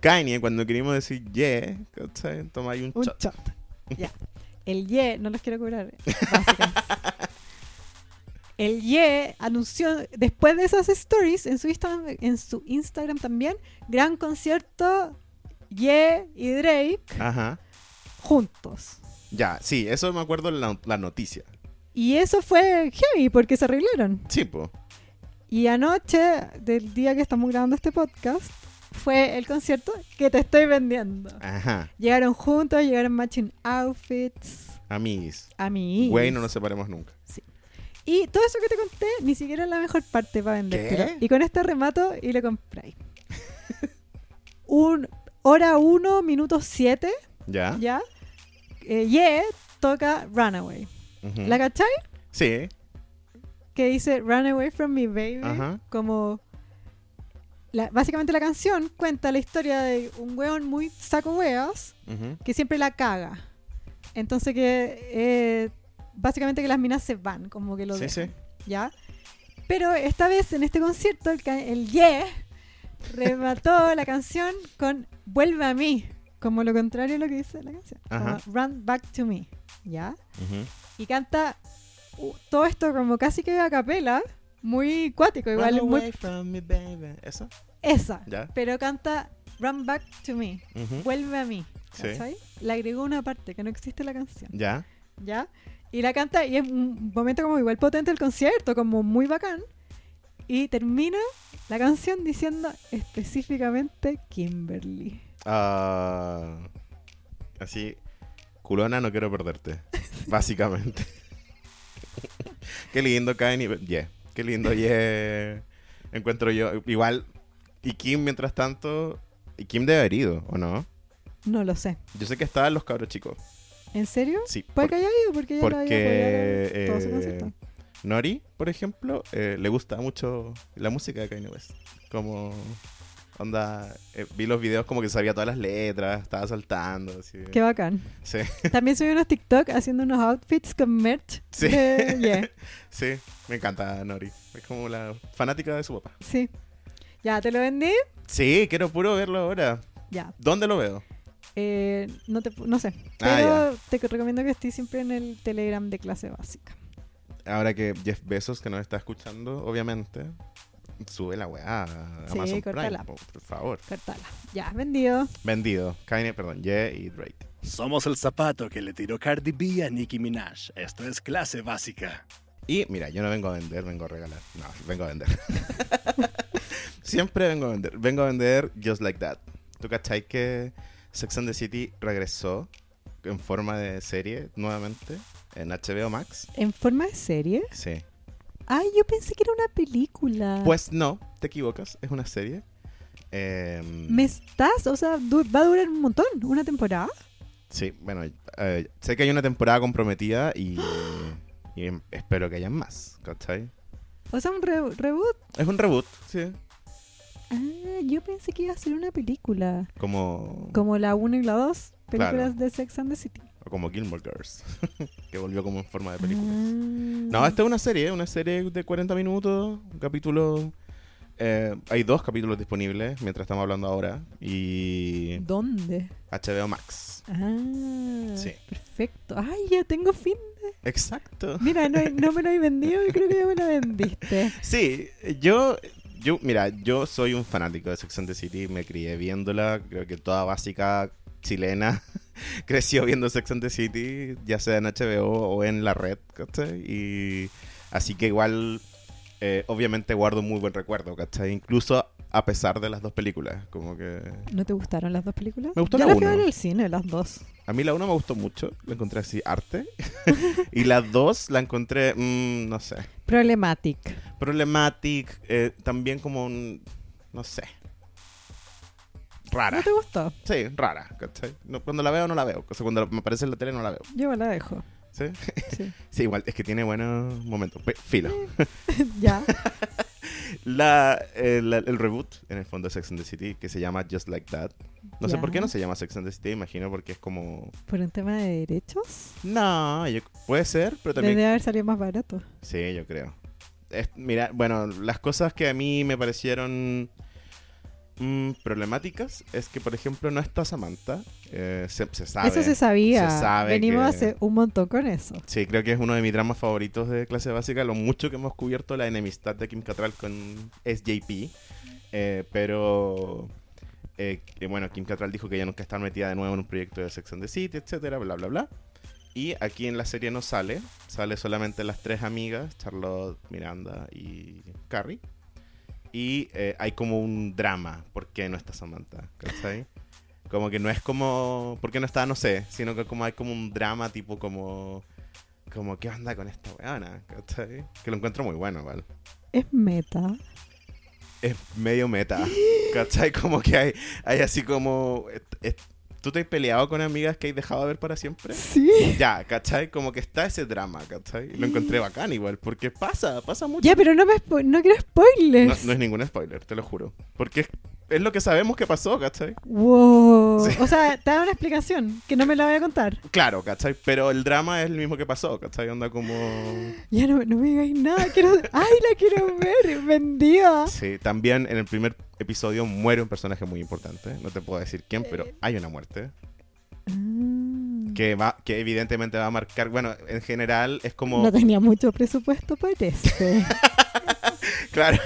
Speaker 3: Kanye, cuando queremos decir yeah, ¿cachai? tomáis un,
Speaker 2: Un
Speaker 3: shot.
Speaker 2: shot. Ya. El Ye, no los quiero cobrar. básicas. El Ye anunció después de esas stories en su Instagram, en su Instagram también, gran concierto Ye y Drake
Speaker 3: Ajá.
Speaker 2: juntos.
Speaker 3: Ya, sí, eso me acuerdo la, la noticia.
Speaker 2: Y eso fue heavy porque se arreglaron.
Speaker 3: Sí, po.
Speaker 2: Y anoche, del día que estamos grabando este podcast, fue el concierto que te estoy vendiendo.
Speaker 3: Ajá.
Speaker 2: Llegaron juntos, llegaron matching outfits.
Speaker 3: Amiguis.
Speaker 2: A mí.
Speaker 3: Güey, no nos separemos nunca.
Speaker 2: Y todo eso que te conté ni siquiera es la mejor parte para vendértelo.
Speaker 3: ¿Qué?
Speaker 2: Y con este remato y lo compráis. Un, hora 1, minuto 7,
Speaker 3: ¿Ya?
Speaker 2: ya. Eh, Ye toca Runaway.
Speaker 3: Ujú.
Speaker 2: ¿La cachai?
Speaker 3: Sí.
Speaker 2: Que dice Runaway from me, baby.
Speaker 3: Ajá.
Speaker 2: Como. la- básicamente la canción cuenta la historia de un weón muy saco weas
Speaker 3: Ujú.
Speaker 2: que siempre la caga. Entonces que eh, básicamente que las minas se van, como que lo
Speaker 3: Sí,
Speaker 2: dejan,
Speaker 3: sí.
Speaker 2: ¿ya? Pero esta vez en este concierto el, ca- el Ye remató la canción con Vuelve a mí, como lo contrario a lo que dice la canción,
Speaker 3: Ajá.
Speaker 2: como Run Back to Me, ¿ya?
Speaker 3: Ujú.
Speaker 2: Y canta uh, todo esto como casi que a capela, muy cuático, igual
Speaker 3: Run
Speaker 2: muy
Speaker 3: away from me, baby. ¿Eso?
Speaker 2: esa,
Speaker 3: ¿Ya?
Speaker 2: pero canta Run Back to Me,
Speaker 3: Ujú.
Speaker 2: Vuelve a mí,
Speaker 3: Sí.
Speaker 2: ¿cachai? Le agregó una parte que no existe en la canción.
Speaker 3: ¿Ya?
Speaker 2: ¿ya? Y la canta y es un momento como igual potente el concierto, como muy bacán. Y termina la canción diciendo específicamente Kimberly.
Speaker 3: Ah, así, culona, no quiero perderte. Básicamente. Qué lindo, Kanye. Yeah. Qué lindo, yeah. Encuentro yo. Igual, y Kim, mientras tanto. Y Kim debe haber ido, ¿o no?
Speaker 2: No lo sé.
Speaker 3: Yo sé que estaban los cabros chicos.
Speaker 2: ¿En serio?
Speaker 3: Sí.
Speaker 2: Puede
Speaker 3: por-
Speaker 2: que haya ido porque ya lo había
Speaker 3: porque
Speaker 2: apoyado en todo su
Speaker 3: eh,
Speaker 2: concierto.
Speaker 3: Nori, por ejemplo, eh, le gusta mucho la música de Kanye West. Como Onda, eh, vi los videos como que sabía todas las letras, estaba saltando. Así.
Speaker 2: Qué bacán.
Speaker 3: Sí,
Speaker 2: También subí unos TikTok haciendo unos outfits con merch.
Speaker 3: Sí.
Speaker 2: de- yeah,
Speaker 3: sí, me encanta Nori. Es como la fanática de su papá.
Speaker 2: sí. Ya, ¿te lo vendí?
Speaker 3: Sí, quiero puro verlo ahora.
Speaker 2: Ya.
Speaker 3: ¿Dónde lo veo?
Speaker 2: Eh, no, te, pu- no sé.
Speaker 3: Ah,
Speaker 2: Pero te recomiendo que estés siempre en el Telegram de clase básica.
Speaker 3: Ahora que Jeff Bezos, que nos está escuchando, obviamente, sube la weá a
Speaker 2: Sí,
Speaker 3: Amazon
Speaker 2: córtala.
Speaker 3: Prime, po, por favor.
Speaker 2: Cartala. Ya, vendido.
Speaker 3: Vendido. Kanye, perdón, Ye y Drake.
Speaker 1: Somos el zapato que le tiró Cardi B a Nicki Minaj. Esto es clase básica.
Speaker 3: Y mira, yo no vengo a vender, vengo a regalar. No, vengo a vender. Siempre vengo a vender. Vengo a vender Just Like That. ¿Tú cachai que Sex and the City regresó en forma de serie nuevamente en HBO Max?
Speaker 2: ¿En forma de serie?
Speaker 3: Sí.
Speaker 2: Ay, yo pensé que era una película.
Speaker 3: Pues no, te equivocas, es una serie. Em,
Speaker 2: ¿Me estás? O sea, du- va a durar un montón. ¿Una temporada?
Speaker 3: Sí, bueno, eh, sé que hay una temporada comprometida y, y em- espero que hayan más, ¿cachai?
Speaker 2: O sea, un re- reboot.
Speaker 3: Es un reboot, sí.
Speaker 2: Ah, yo pensé que iba a ser una película.
Speaker 3: Como,
Speaker 2: Como la 1 y la 2. Películas
Speaker 3: Claro.
Speaker 2: de Sex and the City.
Speaker 3: o como Gilmore Girls, que volvió como en forma de película. No,
Speaker 2: No,
Speaker 3: esta es una serie, una serie de 40 minutos, un capítulo... eh, hay dos capítulos disponibles mientras estamos hablando ahora y
Speaker 2: ¿Dónde?
Speaker 3: HBO Max.
Speaker 2: Ah,
Speaker 3: Sí.
Speaker 2: perfecto. Ay, ya tengo fin.
Speaker 3: Exacto.
Speaker 2: Mira, no, no me lo he vendido y creo que ya me lo vendiste.
Speaker 3: Sí, yo, yo, mira, yo soy un fanático de Sex and the City, me crié viéndola, creo que toda básica chilena creció viendo Sex and the City, ya sea en HBO o en la red, ¿cachai? Y así que igual, eh, obviamente guardo un muy buen recuerdo, ¿cachai? Incluso a pesar de las dos películas, como que...
Speaker 2: ¿No te gustaron las dos películas?
Speaker 3: Me gustó
Speaker 2: Yo
Speaker 3: la
Speaker 2: fui a
Speaker 3: uno.
Speaker 2: ver al cine, las dos.
Speaker 3: A mí la uno me gustó mucho, la encontré así arte, y la dos la encontré, mm, no sé,
Speaker 2: Problematic.
Speaker 3: problematic, eh, también como un, no sé,
Speaker 2: ¿No
Speaker 3: rara.
Speaker 2: te gustó?
Speaker 3: Sí, rara, ¿cachai? No, cuando la veo no la veo, o sea, cuando me aparece en la tele no la veo,
Speaker 2: Yo me la dejo.
Speaker 3: ¿sí?
Speaker 2: Sí.
Speaker 3: Sí, igual, es que tiene buenos momentos, Pe- filo.
Speaker 2: Mm. ya.
Speaker 3: La, eh, la- el reboot, en el fondo, de Sex and the City, que se llama Just Like That. No sé
Speaker 2: Ya.
Speaker 3: por qué no se llama Sex and the City, imagino porque es como...
Speaker 2: ¿Por un tema de derechos?
Speaker 3: No, yo- puede ser, pero también...
Speaker 2: Debe haber salido más barato.
Speaker 3: Sí, yo creo. Es- mira, bueno, las cosas que a mí me parecieron mm, problemáticas es que, por ejemplo, no está Samantha. Eh, se, se sabe.
Speaker 2: Eso se sabía.
Speaker 3: Se sabe
Speaker 2: Venimos
Speaker 3: que-
Speaker 2: hace un montón con eso.
Speaker 3: Sí, creo que es uno de mis dramas favoritos de clase básica, lo mucho que hemos cubierto la enemistad de Kim Cattrall con SJP. Eh, pero, eh, que, bueno, Kim Cattrall dijo que ella nunca está metida de nuevo en un proyecto de Sex and the City, etcétera, bla, bla, bla. Y aquí en la serie no sale, sale solamente las tres amigas, Charlotte, Miranda y Carrie. Y eh, hay como un drama, ¿por qué no está Samantha? ¿Cachai? Como que no es como, ¿por qué no está? No sé, sino que como hay como un drama tipo como, como ¿qué onda con esta weona? ¿Cachai? Que lo encuentro muy bueno, ¿vale?
Speaker 2: Es meta.
Speaker 3: es medio meta. ¿Cachai? Como que hay, hay así como. et- et- ¿Tú te has peleado con amigas que has dejado de ver para siempre?
Speaker 2: Sí.
Speaker 3: Ya, ¿cachai? Como que está ese drama, ¿cachai? Y Lo encontré bacán igual, porque pasa, pasa mucho.
Speaker 2: Ya, pero no me spo- no quiero
Speaker 3: No,
Speaker 2: spoilers.
Speaker 3: no es ningún spoiler, te lo juro. Porque es, es lo que sabemos que pasó, ¿cachai?
Speaker 2: Wow.
Speaker 3: Sí.
Speaker 2: O sea, te da una explicación que no me la voy a contar.
Speaker 3: Claro, ¿cachai? Pero el drama es el mismo que pasó, ¿cachai? Onda como...
Speaker 2: Ya no, no me digáis nada. Quiero... Ay, la quiero ver. Vendida.
Speaker 3: Sí, también en el primer episodio muere un personaje muy importante. No te puedo decir quién, pero hay una muerte.
Speaker 2: Ah.
Speaker 3: Mm. que va que evidentemente va a marcar bueno en general es como
Speaker 2: No tenía mucho presupuesto, parece.
Speaker 3: claro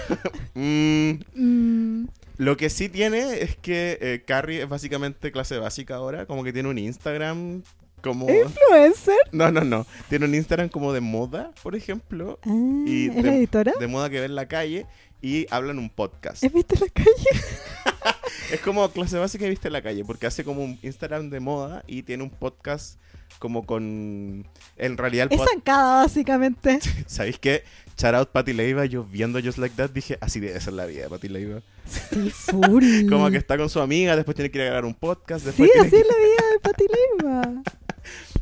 Speaker 3: Mm,
Speaker 2: Mm,
Speaker 3: lo que sí tiene es que eh, Carrie es básicamente clase básica ahora como que tiene un Instagram como
Speaker 2: ¿Influencer?
Speaker 3: no no no tiene un Instagram como de moda por ejemplo
Speaker 2: Ah,
Speaker 3: y
Speaker 2: ¿Es la
Speaker 3: de-
Speaker 2: editora?
Speaker 3: de moda que ve en la calle y habla en un podcast
Speaker 2: ¿Es viste la calle?
Speaker 3: es como clase básica que viste en la calle, porque hace como un Instagram de moda y tiene un podcast como con... En realidad el
Speaker 2: Es
Speaker 3: podcast...
Speaker 2: zancada, básicamente.
Speaker 3: ¿Sabéis qué? Shout out Patti Leiva, yo viendo Just Like That dije, "Ah, así debe ser la vida de Patti Leiva.
Speaker 2: Sí, full.
Speaker 3: Como que está con su amiga, después tiene que ir a grabar un podcast, después
Speaker 2: Mm. Sí,
Speaker 3: tiene
Speaker 2: así
Speaker 3: que-
Speaker 2: es la vida de Patti Leiva.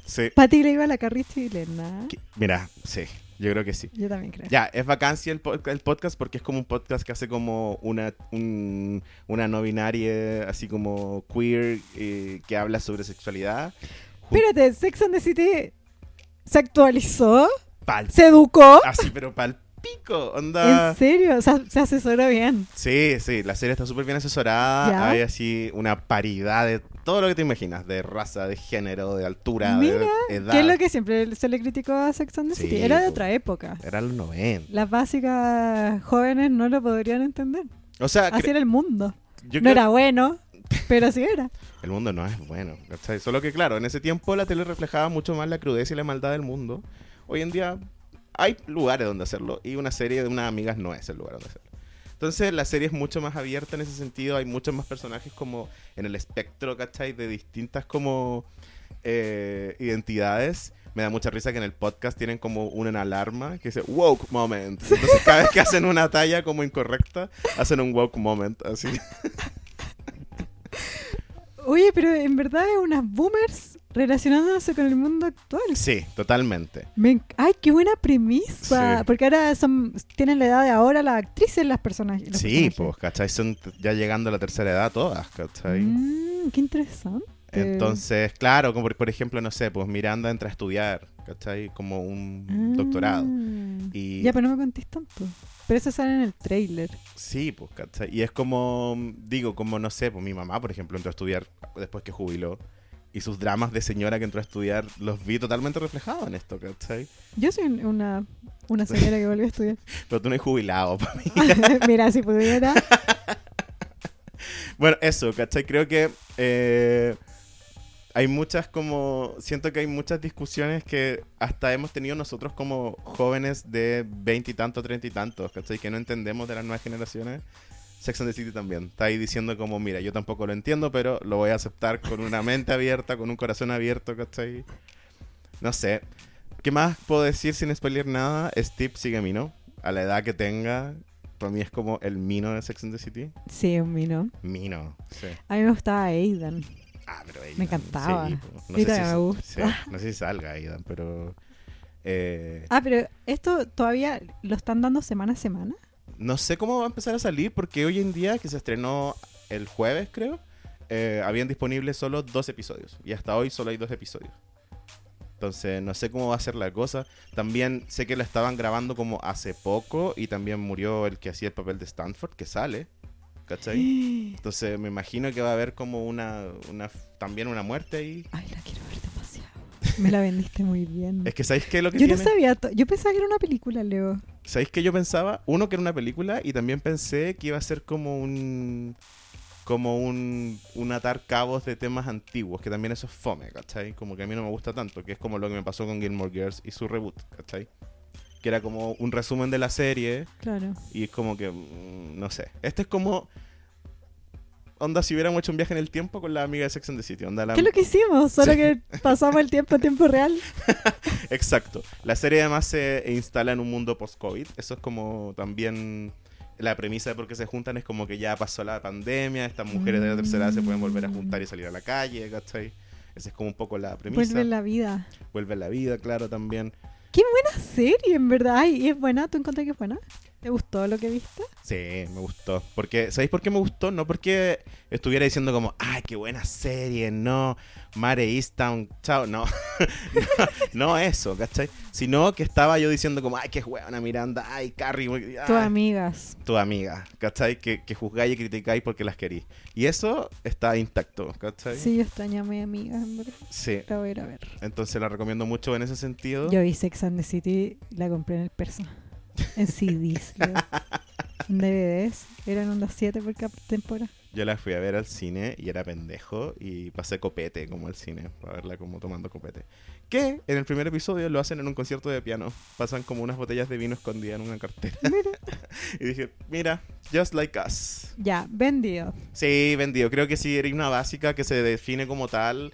Speaker 3: Sí.
Speaker 2: Patti Leiva, la carrera chilena.
Speaker 3: Que- Mira, sí. Yo creo que sí.
Speaker 2: Yo también creo.
Speaker 3: Ya, es vacancia el, pod- el podcast porque es como un podcast que hace como una, un- una no binaria, así como queer, eh, que habla sobre sexualidad.
Speaker 2: Espérate, Sex and the City se actualizó,
Speaker 3: Pal,
Speaker 2: se educó.
Speaker 3: así, pero pal pico, onda.
Speaker 2: En serio, o sea, se asesora bien.
Speaker 3: Sí, sí, la serie está súper bien asesorada.
Speaker 2: ¿Ya?
Speaker 3: Hay así una paridad de todo lo que te imaginas: de raza, de género, de altura,
Speaker 2: Mira,
Speaker 3: de edad.
Speaker 2: Que es lo que siempre se le criticó a Sex and the
Speaker 3: Sí,
Speaker 2: City. Era de
Speaker 3: po.
Speaker 2: otra época.
Speaker 3: Era los 90.
Speaker 2: Las básicas jóvenes no lo podrían entender.
Speaker 3: O sea,
Speaker 2: Así
Speaker 3: Ah, cre-
Speaker 2: era el mundo.
Speaker 3: yo
Speaker 2: no
Speaker 3: creo-
Speaker 2: era bueno, pero así era.
Speaker 3: el mundo no es bueno. ¿cachai? Solo que, claro, en ese tiempo la tele reflejaba mucho más la crudeza y la maldad del mundo. Hoy en día hay lugares donde hacerlo y una serie de unas amigas no es el lugar donde hacerlo. Entonces la serie es mucho más abierta en ese sentido, hay muchos más personajes como en el espectro, ¿cachai? De distintas como eh, identidades. Me da mucha risa que en el podcast tienen como una alarma que dice woke moment. Entonces cada vez que hacen una talla como incorrecta, hacen un woke moment. Así.
Speaker 2: Oye, pero en verdad es unas boomers relacionándose con el mundo actual.
Speaker 3: Sí, totalmente.
Speaker 2: Me enc- Ay, qué buena premisa.
Speaker 3: Sí.
Speaker 2: Porque ahora son, tienen la edad de ahora las actrices, las personajes. los
Speaker 3: Sí,
Speaker 2: personajes.
Speaker 3: pues, ¿cachai? Son t- ya llegando a la tercera edad todas, ¿cachai?
Speaker 2: Mm, qué interesante.
Speaker 3: Entonces, claro, como por, por ejemplo, no sé, pues Miranda entra a estudiar, ¿cachai? Como un
Speaker 2: Ah.
Speaker 3: doctorado. Y-
Speaker 2: Ya, pero no me contéis tanto. Pero eso sale en el trailer.
Speaker 3: Sí, pues, ¿cachai? Y es como, digo, como no sé, pues mi mamá, por ejemplo, entró a estudiar después que jubiló. Y sus dramas de señora que entró a estudiar los vi totalmente reflejados en esto, ¿cachai?
Speaker 2: Yo soy un- una, una señora que volvió a estudiar.
Speaker 3: Pero tú no eres jubilado, pa.
Speaker 2: Mira, si pudiera.
Speaker 3: Bueno, eso, ¿cachai? Creo que eh, hay muchas como... Siento que hay muchas discusiones que hasta hemos tenido nosotros como jóvenes de veinte y tantos, treinta y tantos, ¿cachai? Que no entendemos de las nuevas generaciones. Sex and the City también. Está ahí diciendo como, mira, yo tampoco lo entiendo, pero lo voy a aceptar con una mente abierta, con un corazón abierto, ¿cachai? No sé. ¿Qué más puedo decir sin spoiler nada? Steve sigue Mino. A la edad que tenga, para mí es como el Mino de Sex and the City.
Speaker 2: Sí, un vino.
Speaker 3: Mino, sí.
Speaker 2: A mí me gustaba Aidan.
Speaker 3: Ah, pero Aidan,
Speaker 2: Me encantaba.
Speaker 3: sí, po.
Speaker 2: Y
Speaker 3: sé
Speaker 2: todavía
Speaker 3: si-
Speaker 2: me gusta.
Speaker 3: sí, no sé si salga Aidan, pero. eh,
Speaker 2: Ah, pero esto todavía lo están dando semana a semana.
Speaker 3: no sé cómo va a empezar a salir, porque hoy en día, que se estrenó el jueves, creo, eh, habían disponibles solo dos episodios. Y hasta hoy solo hay dos episodios. Entonces, no sé cómo va a ser la cosa. También sé que la estaban grabando como hace poco y también murió el que hacía el papel de Stanford, que sale. ¿Cachai? Entonces, me imagino que va a haber como una, una también una muerte ahí.
Speaker 2: Ay, la quiero ver demasiado. Me la vendiste muy bien.
Speaker 3: Es que, ¿sabéis qué es lo que
Speaker 2: Yo
Speaker 3: tiene?
Speaker 2: no sabía. to- Yo pensaba que era una película, Leo.
Speaker 3: ¿Sabéis que yo pensaba? Uno, que era una película y también pensé que iba a ser como un... Como un, un atar cabos de temas antiguos, que también eso es fome, ¿cachai? Como que a mí no me gusta tanto, que es como lo que me pasó con Gilmore Girls y su reboot, ¿cachai? Que era como un resumen de la serie
Speaker 2: Claro.
Speaker 3: y es como que, mm, no sé. Este es como... Onda, si hubiéramos hecho un viaje en el tiempo con la amiga de Sex and the City. Onda, la,
Speaker 2: ¿Qué es lo que hicimos? Solo
Speaker 3: Sí.
Speaker 2: que pasamos el tiempo a tiempo real.
Speaker 3: Exacto. La serie además se instala en un mundo post-COVID. Eso es como también la premisa de por qué se juntan. Es como que ya pasó la pandemia, estas mujeres de la tercera edad se pueden volver a juntar y salir a la calle, ¿cachai? Esa es como un poco la premisa.
Speaker 2: Vuelve
Speaker 3: Vuelve la,
Speaker 2: la vida.
Speaker 3: vida, claro, también.
Speaker 2: Una serie, en verdad. Ay, ¿y es buena. ¿Tú encontraste que es buena? ¿Te gustó lo que viste?
Speaker 3: Sí, me gustó. Porque, ¿sabéis por qué me gustó? No porque estuviera diciendo como, ay, qué buena serie, no, Mare Easttown, chao, no. no, no eso, ¿cachai? Sino que estaba yo diciendo como, ay, qué buena Miranda, ay, Carrie, ay,
Speaker 2: Tus amigas.
Speaker 3: tu amiga, ¿cachai? Que, que juzgáis y criticáis porque las querís. Y eso está intacto, ¿cachai?
Speaker 2: Sí, yo extraño a mi amiga, en verdad.
Speaker 3: Sí.
Speaker 2: La voy a ir a ver.
Speaker 3: Entonces la recomiendo mucho en ese sentido.
Speaker 2: Yo vi Sex and the City, la compré en el Persa. En CDs, Leo. En DVDs. Eran unas 7 por cada temporada.
Speaker 3: Yo la fui a ver al cine y era pendejo y pasé copete como al cine, para verla como tomando copete. Que en el primer episodio lo hacen en un concierto de piano. Pasan como unas botellas de vino escondidas en una cartera.
Speaker 2: Mira.
Speaker 3: y dije, mira, just like us.
Speaker 2: Ya, vendido.
Speaker 3: Sí, vendido. Creo que si eres una básica que se define como tal,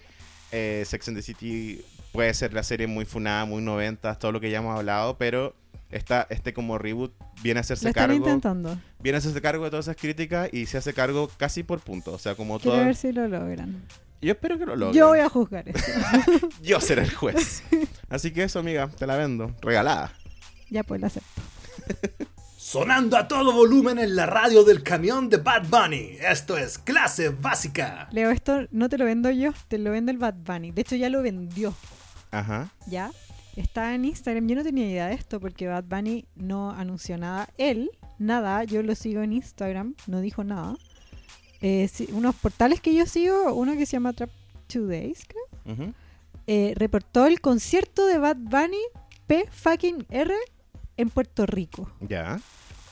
Speaker 3: eh, Sex and the City puede ser la serie muy funada, muy noventas, todo lo que ya hemos hablado, pero esta, este como reboot viene a
Speaker 2: Lo
Speaker 3: hacerse
Speaker 2: están
Speaker 3: cargo.
Speaker 2: intentando.
Speaker 3: Viene a hacerse cargo de todas esas críticas y se hace cargo casi por puntos. O sea, como
Speaker 2: Quiero
Speaker 3: todo.
Speaker 2: ver si lo logran.
Speaker 3: Yo espero que lo logre.
Speaker 2: Yo voy a juzgar eso.
Speaker 3: Yo seré el juez. Así que eso, amiga, te la vendo. Regalada.
Speaker 2: Ya pues lo acepto.
Speaker 1: Sonando a todo volumen en la radio del camión de Bad Bunny. Esto es clase básica.
Speaker 2: Leo, esto no te lo vendo yo, te lo vende el Bad Bunny. De hecho, ya lo vendió.
Speaker 3: Ajá.
Speaker 2: ¿ya? Está en Instagram. Yo no tenía idea de esto porque Bad Bunny no anunció nada. Él, nada, yo lo sigo en Instagram, no dijo nada. Eh, sí, unos portales que yo sigo, uno que se llama Trap Two Days, creo,
Speaker 3: Ujú.
Speaker 2: eh, reportó el concierto de Bad Bunny P fucking R en Puerto Rico.
Speaker 3: Ya.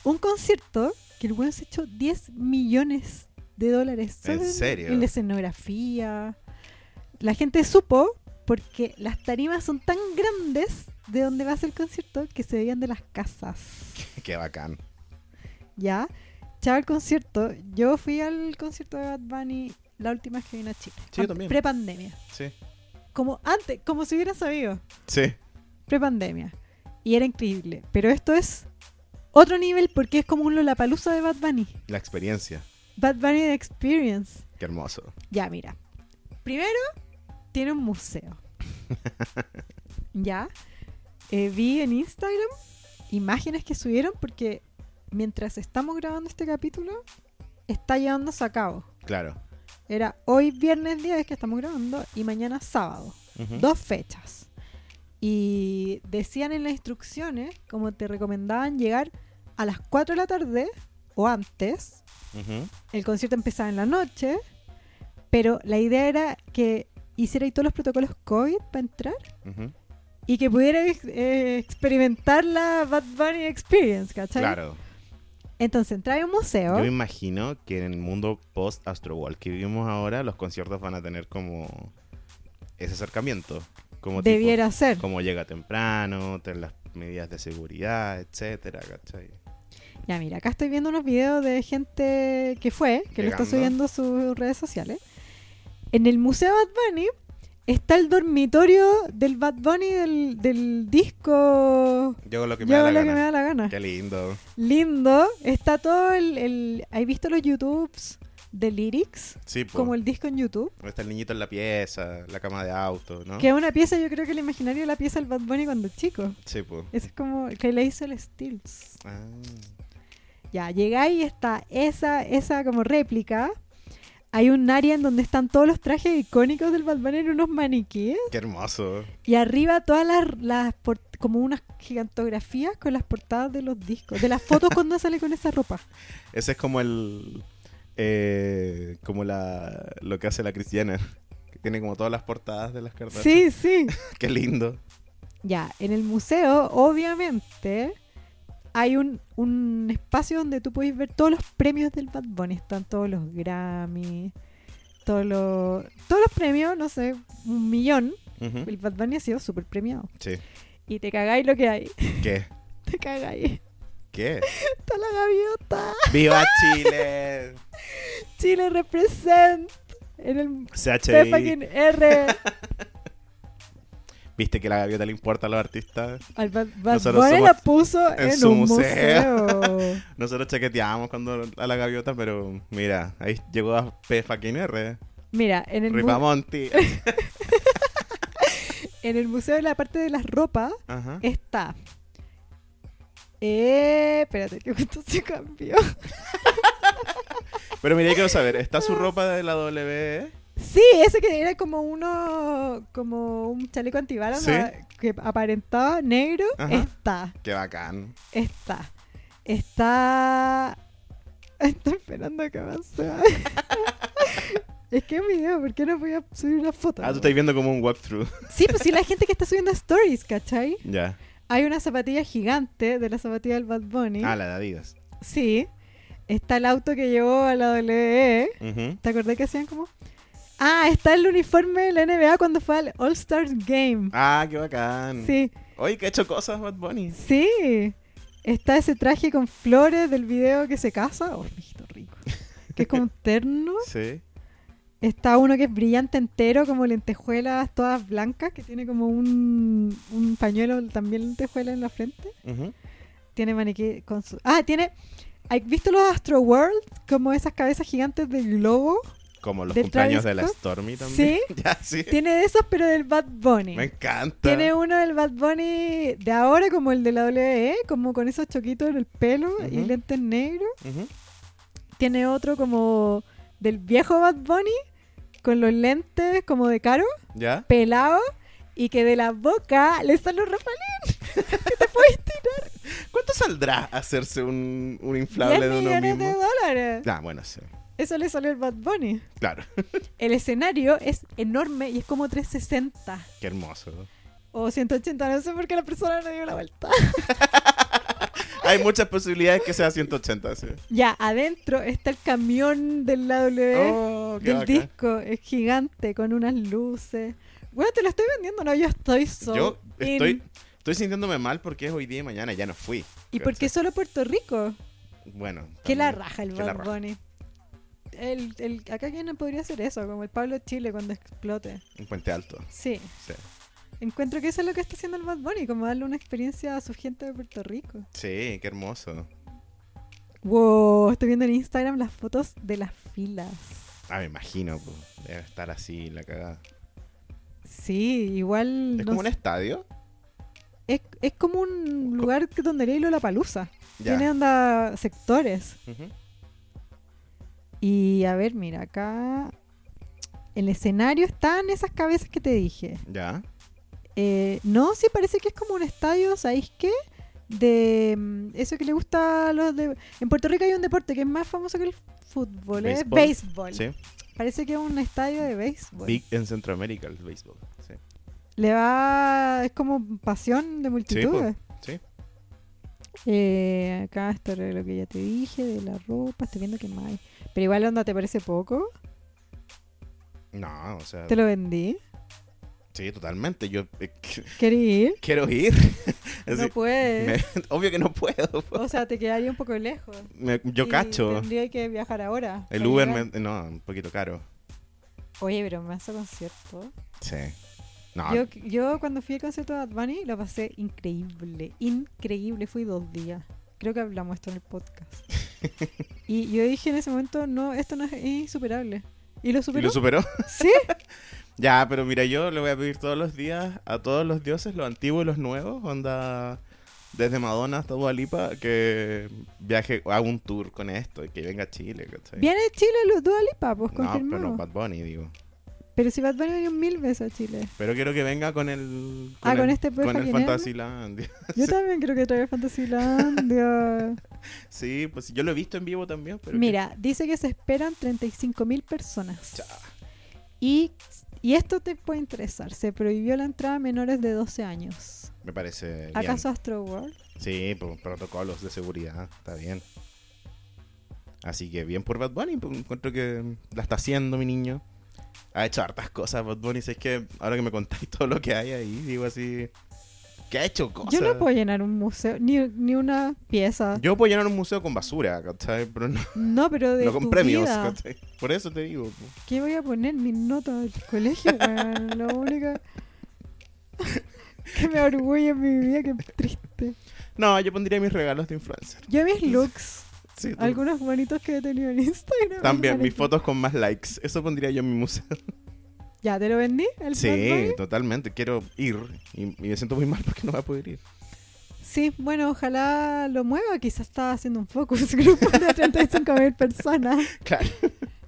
Speaker 2: Un concierto que el weón se echó 10 millones de dólares.
Speaker 3: ¿En
Speaker 2: solo
Speaker 3: serio?
Speaker 2: En la escenografía. La gente supo porque las tarimas son tan grandes de donde va a ser el concierto que se veían de las casas.
Speaker 3: Qué bacán.
Speaker 2: ¿Ya? Chao el concierto. Yo fui al concierto de Bad Bunny la última vez que vino a Chile.
Speaker 3: Sí, yo también.
Speaker 2: Pre-pandemia.
Speaker 3: Sí.
Speaker 2: Como antes, como si hubiera sabido.
Speaker 3: Sí.
Speaker 2: Pre-pandemia. Y era increíble. Pero esto es otro nivel porque es como un Lollapalooza de Bad Bunny.
Speaker 3: La experiencia.
Speaker 2: Bad Bunny The Experience.
Speaker 3: Qué hermoso.
Speaker 2: Ya, mira. Primero, tiene un museo. ya. Eh, vi en Instagram imágenes que subieron porque mientras estamos grabando este capítulo, está llevándose a cabo.
Speaker 3: Claro.
Speaker 2: Era hoy viernes 10 que estamos grabando y mañana sábado.
Speaker 3: Ujú.
Speaker 2: Dos fechas. Y decían en las instrucciones, como te recomendaban llegar a las 4 de la tarde o antes,
Speaker 3: Ujú.
Speaker 2: el concierto empezaba en la noche, pero la idea era que hicierais todos los protocolos COVID para entrar
Speaker 3: Ujú.
Speaker 2: y que pudierais eh, experimentar la Bad Bunny Experience, ¿cachai?
Speaker 3: Claro.
Speaker 2: Entonces entrar a un museo,
Speaker 3: Yo me imagino que en el mundo post Astroworld que vivimos ahora, los conciertos van a tener como ese acercamiento. Como tipo,
Speaker 2: debiera ser.
Speaker 3: como llega temprano, tener las medidas de seguridad, etcétera, ¿cachai?
Speaker 2: Ya, mira, acá estoy viendo unos videos de gente que fue, que lo está subiendo
Speaker 3: Llegando.
Speaker 2: a sus redes sociales. En el Museo Bad Bunny está el dormitorio del Bad Bunny del, del disco.
Speaker 3: Yo hago lo que me
Speaker 2: Yo
Speaker 3: da
Speaker 2: hago
Speaker 3: la
Speaker 2: lo que me
Speaker 3: gana.
Speaker 2: da la gana.
Speaker 3: Qué lindo.
Speaker 2: lindo. Está todo el. el ¿Hay visto los YouTubes de lyrics?
Speaker 3: Sí, po.
Speaker 2: Como el disco en YouTube.
Speaker 3: Está el niñito en la pieza, la cama de auto, ¿no?
Speaker 2: Que es una pieza, yo creo que el imaginario de la pieza del Bad Bunny cuando chico.
Speaker 3: Sí, po.
Speaker 2: Ese es como el que le hizo el Steels.
Speaker 3: Ah,
Speaker 2: Ya, llegáis y está esa, esa como réplica. Hay un área en donde están todos los trajes icónicos del Bad Bunny en unos maniquíes.
Speaker 3: qué hermoso.
Speaker 2: Y arriba todas las, las por- como unas gigantografías con las portadas de los discos. De las fotos cuando sale con esa ropa.
Speaker 3: Ese es como el. eh, como la lo que hace la cristiana. Que tiene como todas las portadas de las cartas.
Speaker 2: Sí, sí.
Speaker 3: Qué lindo.
Speaker 2: Ya, en el museo, obviamente, hay un, un espacio donde tú puedes ver todos los premios del Bad Bunny. Están todos los Grammy, todos los, todos los premios, no sé, un millón.
Speaker 3: Ujú.
Speaker 2: El Bad Bunny ha sido súper premiado.
Speaker 3: Sí.
Speaker 2: ¿Mm? Y te cagáis lo que hay.
Speaker 3: ¿Qué?
Speaker 2: Te cagáis.
Speaker 3: ¿Qué?
Speaker 2: Está la gaviota.
Speaker 3: ¡Viva Chile!
Speaker 2: Chile represent. En el P
Speaker 3: CHI.
Speaker 2: fucking R.
Speaker 3: ¿Viste que la gaviota le importa a los artistas?
Speaker 2: Al Bad, Bad
Speaker 3: Nosotros
Speaker 2: Bunny
Speaker 3: somos
Speaker 2: la puso en,
Speaker 3: en su
Speaker 2: un
Speaker 3: museo.
Speaker 2: museo.
Speaker 3: Nosotros chaqueteamos cuando a la gaviota, pero mira, ahí llegó a P fucking R.
Speaker 2: Mira, en el, mu-
Speaker 3: Ripamonti.
Speaker 2: en el museo, en la parte de las ropas,
Speaker 3: Ajá.
Speaker 2: está. Eh, espérate, que justo se cambió.
Speaker 3: Pero mira, yo quiero saber, ¿está su ropa de la W?
Speaker 2: Sí, ese que era como uno, como un chaleco antibalas
Speaker 3: Sí.
Speaker 2: a- que aparentaba negro,
Speaker 3: Ajá.
Speaker 2: está,
Speaker 3: Qué bacán.
Speaker 2: está, está. Estoy esperando que avance. es que es un video, ¿por qué no voy a subir una foto?
Speaker 3: Ah, tú estás viendo como un walkthrough.
Speaker 2: Sí, pues sí, la gente que está subiendo stories, ¿cachai?
Speaker 3: ya.
Speaker 2: Hay una zapatilla gigante de la zapatilla del Bad Bunny.
Speaker 3: Ah, la de Adidas.
Speaker 2: Sí. Está el auto que llevó a la WWE.
Speaker 3: Ujú.
Speaker 2: ¿Te acordás que hacían como.? Ah, está el uniforme de la NBA cuando fue al All Stars Game.
Speaker 3: Ah, qué bacán.
Speaker 2: Sí,
Speaker 3: Oye, que ha hecho cosas Bad Bunny.
Speaker 2: sí. Está ese traje con flores del video que se casa. Oh, mijito rico. Que es como un terno.
Speaker 3: Sí.
Speaker 2: Está uno que es brillante entero, como lentejuelas todas blancas, que tiene como un, un pañuelo también lentejuela en la frente.
Speaker 3: Ujú.
Speaker 2: Tiene maniquí con su. Ah, tiene. ¿Has visto los Astro World? Como esas cabezas gigantes de globo.
Speaker 3: Como los
Speaker 2: ¿Del
Speaker 3: cumpleaños de
Speaker 2: Travis
Speaker 3: la
Speaker 2: Scott?
Speaker 3: Stormy también. Ya, sí.
Speaker 2: Tiene de esos, pero del Bad Bunny.
Speaker 3: Me encanta.
Speaker 2: Tiene uno del Bad Bunny de ahora, como el de la WWE, como con esos choquitos en el pelo y
Speaker 3: Ujú.
Speaker 2: lentes negros.
Speaker 3: Ujú.
Speaker 2: Tiene otro como del viejo Bad Bunny, con los lentes como de caro,
Speaker 3: ¿Ya?
Speaker 2: pelado, y que de la boca le están los reflejos.
Speaker 3: ¿Cuánto saldrá hacerse un, un
Speaker 2: 10
Speaker 3: inflable de uno
Speaker 2: millones
Speaker 3: mismo?
Speaker 2: de dólares.
Speaker 3: Ah, bueno, sí.
Speaker 2: Eso le salió el Bad Bunny.
Speaker 3: Claro.
Speaker 2: El escenario es enorme y es como 360
Speaker 3: Qué hermoso.
Speaker 2: o 180, no sé por qué la persona no dio la vuelta.
Speaker 3: Hay muchas posibilidades que sea 180, sí.
Speaker 2: Ya, adentro está el camión del lado W E.
Speaker 3: Oh, qué
Speaker 2: del
Speaker 3: bacán.
Speaker 2: disco, es gigante, con unas luces. Bueno, te lo estoy vendiendo, no, yo estoy solo.
Speaker 3: Yo estoy, estoy sintiéndome mal porque es hoy día y mañana, ya no fui.
Speaker 2: ¿Y por qué solo Puerto Rico?
Speaker 3: Bueno.
Speaker 2: Que la
Speaker 3: también.
Speaker 2: raja el
Speaker 3: Qué la
Speaker 2: Bad
Speaker 3: raja.
Speaker 2: Bunny. El, el, acá quien no podría hacer eso, como el Pablo Chile cuando explote.
Speaker 3: Un puente alto.
Speaker 2: Sí,
Speaker 3: Sí.
Speaker 2: encuentro que eso es lo que está haciendo el Bad Bunny, como darle una experiencia a su gente de Puerto Rico.
Speaker 3: Sí, qué hermoso.
Speaker 2: Wow, estoy viendo en Instagram las fotos de las filas.
Speaker 3: Ah, me imagino. po. Debe estar así, la cagada.
Speaker 2: Sí, igual.
Speaker 3: ¿Es
Speaker 2: no
Speaker 3: como un
Speaker 2: sé,
Speaker 3: estadio?
Speaker 2: es, es como un lugar que donde leí la palusa.
Speaker 3: Ya.
Speaker 2: Tiene onda sectores.
Speaker 3: Ujú.
Speaker 2: Y a ver, mira, acá. El escenario están esas cabezas que te dije.
Speaker 3: Ya.
Speaker 2: Eh, no, sí, parece que es como un estadio, ¿sabéis qué? De mm, eso que le gusta a los de. En Puerto Rico hay un deporte que es más famoso que el fútbol, es
Speaker 3: Béisbol.
Speaker 2: béisbol.
Speaker 3: Sí.
Speaker 2: Parece que es un estadio de béisbol.
Speaker 3: Big en Centroamérica el béisbol. Sí.
Speaker 2: Le va. Es como pasión de multitudes.
Speaker 3: Sí.
Speaker 2: Eh, acá está lo que ya te dije de la ropa. Estoy viendo que más hay. Pero igual, onda, ¿te parece poco?
Speaker 3: No, o sea,
Speaker 2: Te lo vendí.
Speaker 3: sí, totalmente. Yo eh, qu-
Speaker 2: ¿Querés ir?
Speaker 3: quiero ir. Es
Speaker 2: No
Speaker 3: decir,
Speaker 2: puedes.
Speaker 3: me- obvio que no puedo. po.
Speaker 2: O sea, te quedaría un poco lejos.
Speaker 3: Me- yo
Speaker 2: Y
Speaker 3: cacho.
Speaker 2: Tendría que viajar ahora.
Speaker 3: El
Speaker 2: para
Speaker 3: Uber,
Speaker 2: llegar.
Speaker 3: me- no, un poquito caro.
Speaker 2: Oye, pero me hace concierto.
Speaker 3: Sí. No,
Speaker 2: Yo, yo cuando fui al concierto de Bad Bunny lo pasé increíble, increíble. Fui dos días. Creo que hablamos esto en el podcast. y yo dije en ese momento, no, esto no es, es insuperable. ¿Y lo
Speaker 3: ¿y
Speaker 2: superó?
Speaker 3: lo superó.
Speaker 2: sí.
Speaker 3: Ya, pero mira, yo le voy a pedir todos los días a todos los dioses, los antiguos y los nuevos, onda desde Madonna hasta Dua Lipa, que viaje, haga un tour con esto y que venga a Chile, ¿cachai?
Speaker 2: Viene de Chile los Dua Lipa, pues
Speaker 3: no, pero
Speaker 2: confirmamos.
Speaker 3: no
Speaker 2: pero,
Speaker 3: Bad Bunny, digo.
Speaker 2: si Bad Bunny vino mil veces a Chile.
Speaker 3: Pero quiero que venga con el...
Speaker 2: Ah, con
Speaker 3: el-
Speaker 2: este pues,
Speaker 3: Con el
Speaker 2: Jaquinel.
Speaker 3: Fantasilandia.
Speaker 2: Yo también creo que trae Fantasilandia.
Speaker 3: Sí, pues yo lo he visto en vivo también, pero... que-
Speaker 2: Mira, dice que se esperan 35.000 personas.
Speaker 3: Cha.
Speaker 2: Y, y esto te puede interesar. Se prohibió la entrada a menores de 12 años.
Speaker 3: Me parece bien.
Speaker 2: ¿Acaso Astro World?
Speaker 3: Sí, por protocolos de seguridad, está bien. Así que bien por Bad Bunny, pues, encuentro que la está haciendo mi niño. Ha hecho hartas cosas Bad Bunny, si es que ahora que me contáis todo lo que hay ahí, digo así, que ha hecho cosas.
Speaker 2: Yo no puedo llenar un museo, ni, ni una pieza.
Speaker 3: Yo puedo llenar un museo con basura, ¿cachai? Pero no,
Speaker 2: No, pero de
Speaker 3: no con
Speaker 2: tu
Speaker 3: premios,
Speaker 2: vida.
Speaker 3: ¿cachai? Por eso te digo. po.
Speaker 2: ¿Qué voy a poner mis notas del colegio, weón? Lo único que me orgullo en mi vida, qué triste.
Speaker 3: No, yo pondría mis regalos de influencer.
Speaker 2: Yo mis looks,
Speaker 3: Sí, tú-
Speaker 2: algunos bonitos que he tenido en Instagram.
Speaker 3: También
Speaker 2: están
Speaker 3: mis
Speaker 2: aquí.
Speaker 3: fotos con más likes. Eso pondría yo en mi museo.
Speaker 2: Ya, te lo vendí. el Bad Bunny?
Speaker 3: Sí, totalmente. Quiero ir y, y me siento muy mal porque no voy a poder ir.
Speaker 2: Sí, bueno, ojalá lo mueva. Quizás está haciendo un focus group de 35.000 personas.
Speaker 3: Claro.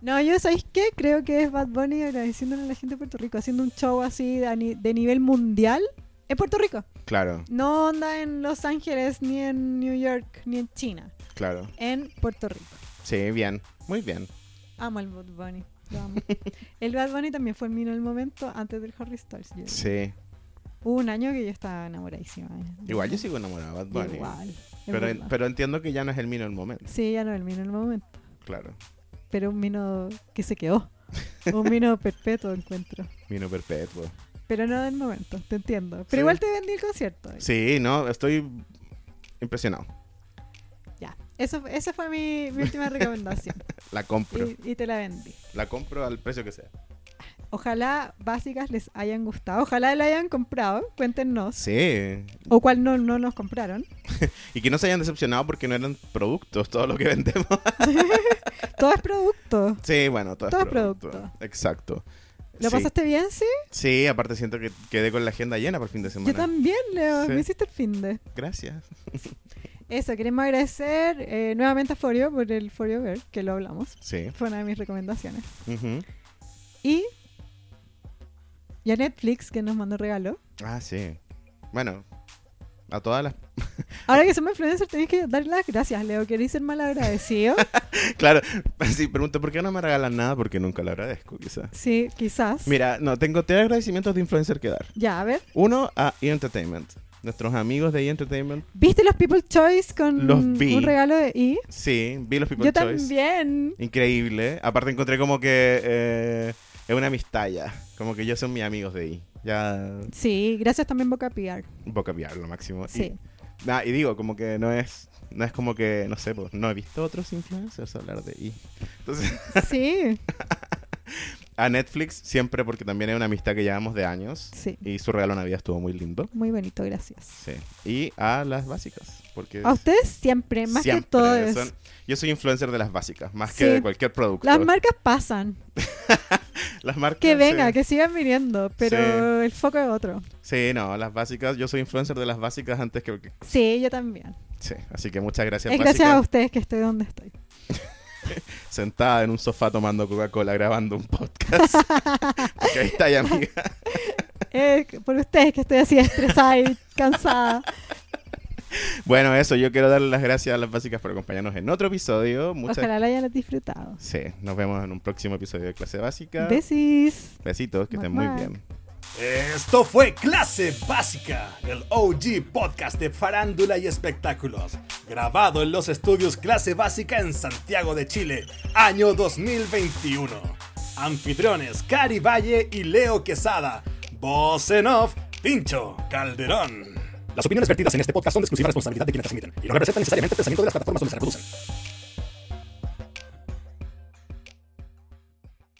Speaker 2: No, yo, ¿sabéis qué? Creo que es Bad Bunny agradeciéndole a la gente de Puerto Rico, haciendo un show así de, a ni- de nivel mundial en Puerto Rico.
Speaker 3: Claro,
Speaker 2: No onda en Los Ángeles, ni en New York, ni en China.
Speaker 3: claro.
Speaker 2: En Puerto Rico.
Speaker 3: Sí, bien, muy bien.
Speaker 2: Amo al Bad Bunny. lo amo. el Bad Bunny también fue el mío en el momento antes del Harry Styles. yo-
Speaker 3: Sí.
Speaker 2: Hubo un año que yo estaba enamoradísima.
Speaker 3: Igual yo sigo enamorado de Bad Bunny.
Speaker 2: Igual. es
Speaker 3: Pero,
Speaker 2: verdad.
Speaker 3: pero entiendo que ya no es el mino el momento.
Speaker 2: Sí, ya no el mío en el momento.
Speaker 3: Claro.
Speaker 2: pero un vino que se quedó. Un vino perpetuo encuentro.
Speaker 3: Mino perpetuo.
Speaker 2: Pero no del momento, te entiendo. Pero
Speaker 3: Sí.
Speaker 2: igual te vendí el concierto.
Speaker 3: Sí, no, estoy impresionado.
Speaker 2: Ya. Eso, esa fue mi, mi última recomendación.
Speaker 3: La compro.
Speaker 2: y, y te la vendí.
Speaker 3: La compro al precio que sea.
Speaker 2: Ojalá básicas les hayan gustado. Ojalá la hayan comprado. Cuéntenos.
Speaker 3: Sí.
Speaker 2: O cuál no, no nos compraron.
Speaker 3: Y que no se hayan decepcionado porque no eran productos todo lo que vendemos.
Speaker 2: Todo es producto.
Speaker 3: Sí, bueno, todo,
Speaker 2: Todo
Speaker 3: es
Speaker 2: es
Speaker 3: producto.
Speaker 2: producto.
Speaker 3: Exacto.
Speaker 2: ¿Lo
Speaker 3: sí.
Speaker 2: pasaste bien, sí?
Speaker 3: Sí, aparte siento que quedé con la agenda llena para el fin de semana.
Speaker 2: Yo también, Leo.
Speaker 3: Sí.
Speaker 2: Me hiciste el fin de.
Speaker 3: Gracias.
Speaker 2: Eso, queremos agradecer eh, nuevamente a Forio por el Forio Ver, que lo hablamos.
Speaker 3: Sí.
Speaker 2: Fue una de mis recomendaciones.
Speaker 3: Ujú.
Speaker 2: Y, y a Netflix, que nos mandó regalo.
Speaker 3: Ah, sí. Bueno, a todas las...
Speaker 2: Ahora que somos influencers, tenéis que dar las gracias, Leo. ¿Queréis ser mal agradecido?
Speaker 3: Claro, sí, pregunto, ¿por qué no me regalan nada? Porque nunca lo agradezco, quizás.
Speaker 2: sí, quizás.
Speaker 3: Mira, no, tengo tres agradecimientos de influencer que dar.
Speaker 2: Ya, a ver.
Speaker 3: Uno a E! Entertainment. Nuestros amigos de E! Entertainment.
Speaker 2: ¿Viste los People Choice con
Speaker 3: Los vi.
Speaker 2: un regalo de I?
Speaker 3: Sí, vi los People
Speaker 2: Yo
Speaker 3: Choice.
Speaker 2: también.
Speaker 3: Increíble. Aparte encontré como que eh, es una amistad ya. Como que ellos son mis amigos de ahí. Ya
Speaker 2: Sí, gracias también Boca PR.
Speaker 3: boca piar lo máximo.
Speaker 2: Sí.
Speaker 3: Y, nah, y digo, como que no es no es como que, no sé, pues, no he visto otros influencers hablar de ahí. Entonces,
Speaker 2: Sí,
Speaker 3: a Netflix siempre porque también es una amistad que llevamos de años.
Speaker 2: sí.
Speaker 3: Y su regalo de Navidad estuvo muy lindo.
Speaker 2: Muy bonito, gracias.
Speaker 3: Sí. Y a las básicas. Porque
Speaker 2: A ustedes siempre, más
Speaker 3: siempre
Speaker 2: que todo es-
Speaker 3: son- yo soy influencer de las básicas, más que
Speaker 2: Sí.
Speaker 3: de cualquier producto.
Speaker 2: Las marcas pasan.
Speaker 3: Las marcas.
Speaker 2: Que venga,
Speaker 3: sí.
Speaker 2: que sigan viniendo, pero
Speaker 3: Sí.
Speaker 2: el foco es otro.
Speaker 3: Sí, no, las básicas. Yo soy influencer de las básicas antes que. que-
Speaker 2: Sí, yo también.
Speaker 3: Sí, así que muchas gracias,
Speaker 2: Es
Speaker 3: básicas.
Speaker 2: gracias a ustedes que estoy donde estoy.
Speaker 3: Sentada en un sofá tomando Coca-Cola grabando un podcast. Porque ahí está, ya, amiga.
Speaker 2: Eh, por ustedes que estoy así estresada y cansada.
Speaker 3: Bueno, eso, yo quiero darle las gracias a las básicas por acompañarnos en otro episodio. Muchas
Speaker 2: Ojalá lo hayan disfrutado.
Speaker 3: Sí, nos vemos en un próximo episodio de Clase Básica.
Speaker 2: Besis.
Speaker 3: Besitos, que estén muy
Speaker 2: Mac, mac.
Speaker 3: bien.
Speaker 1: Esto fue Clase Básica, el OG podcast de farándula y espectáculos, grabado en los estudios Clase Básica en Santiago de Chile, año 2021. Anfitriones Cari Valle y Leo Quesada. Voz en off, Pincho Calderón. Las opiniones vertidas en este podcast son de exclusiva responsabilidad de quienes las emiten y no representan necesariamente el pensamiento de las plataformas donde se reproducen.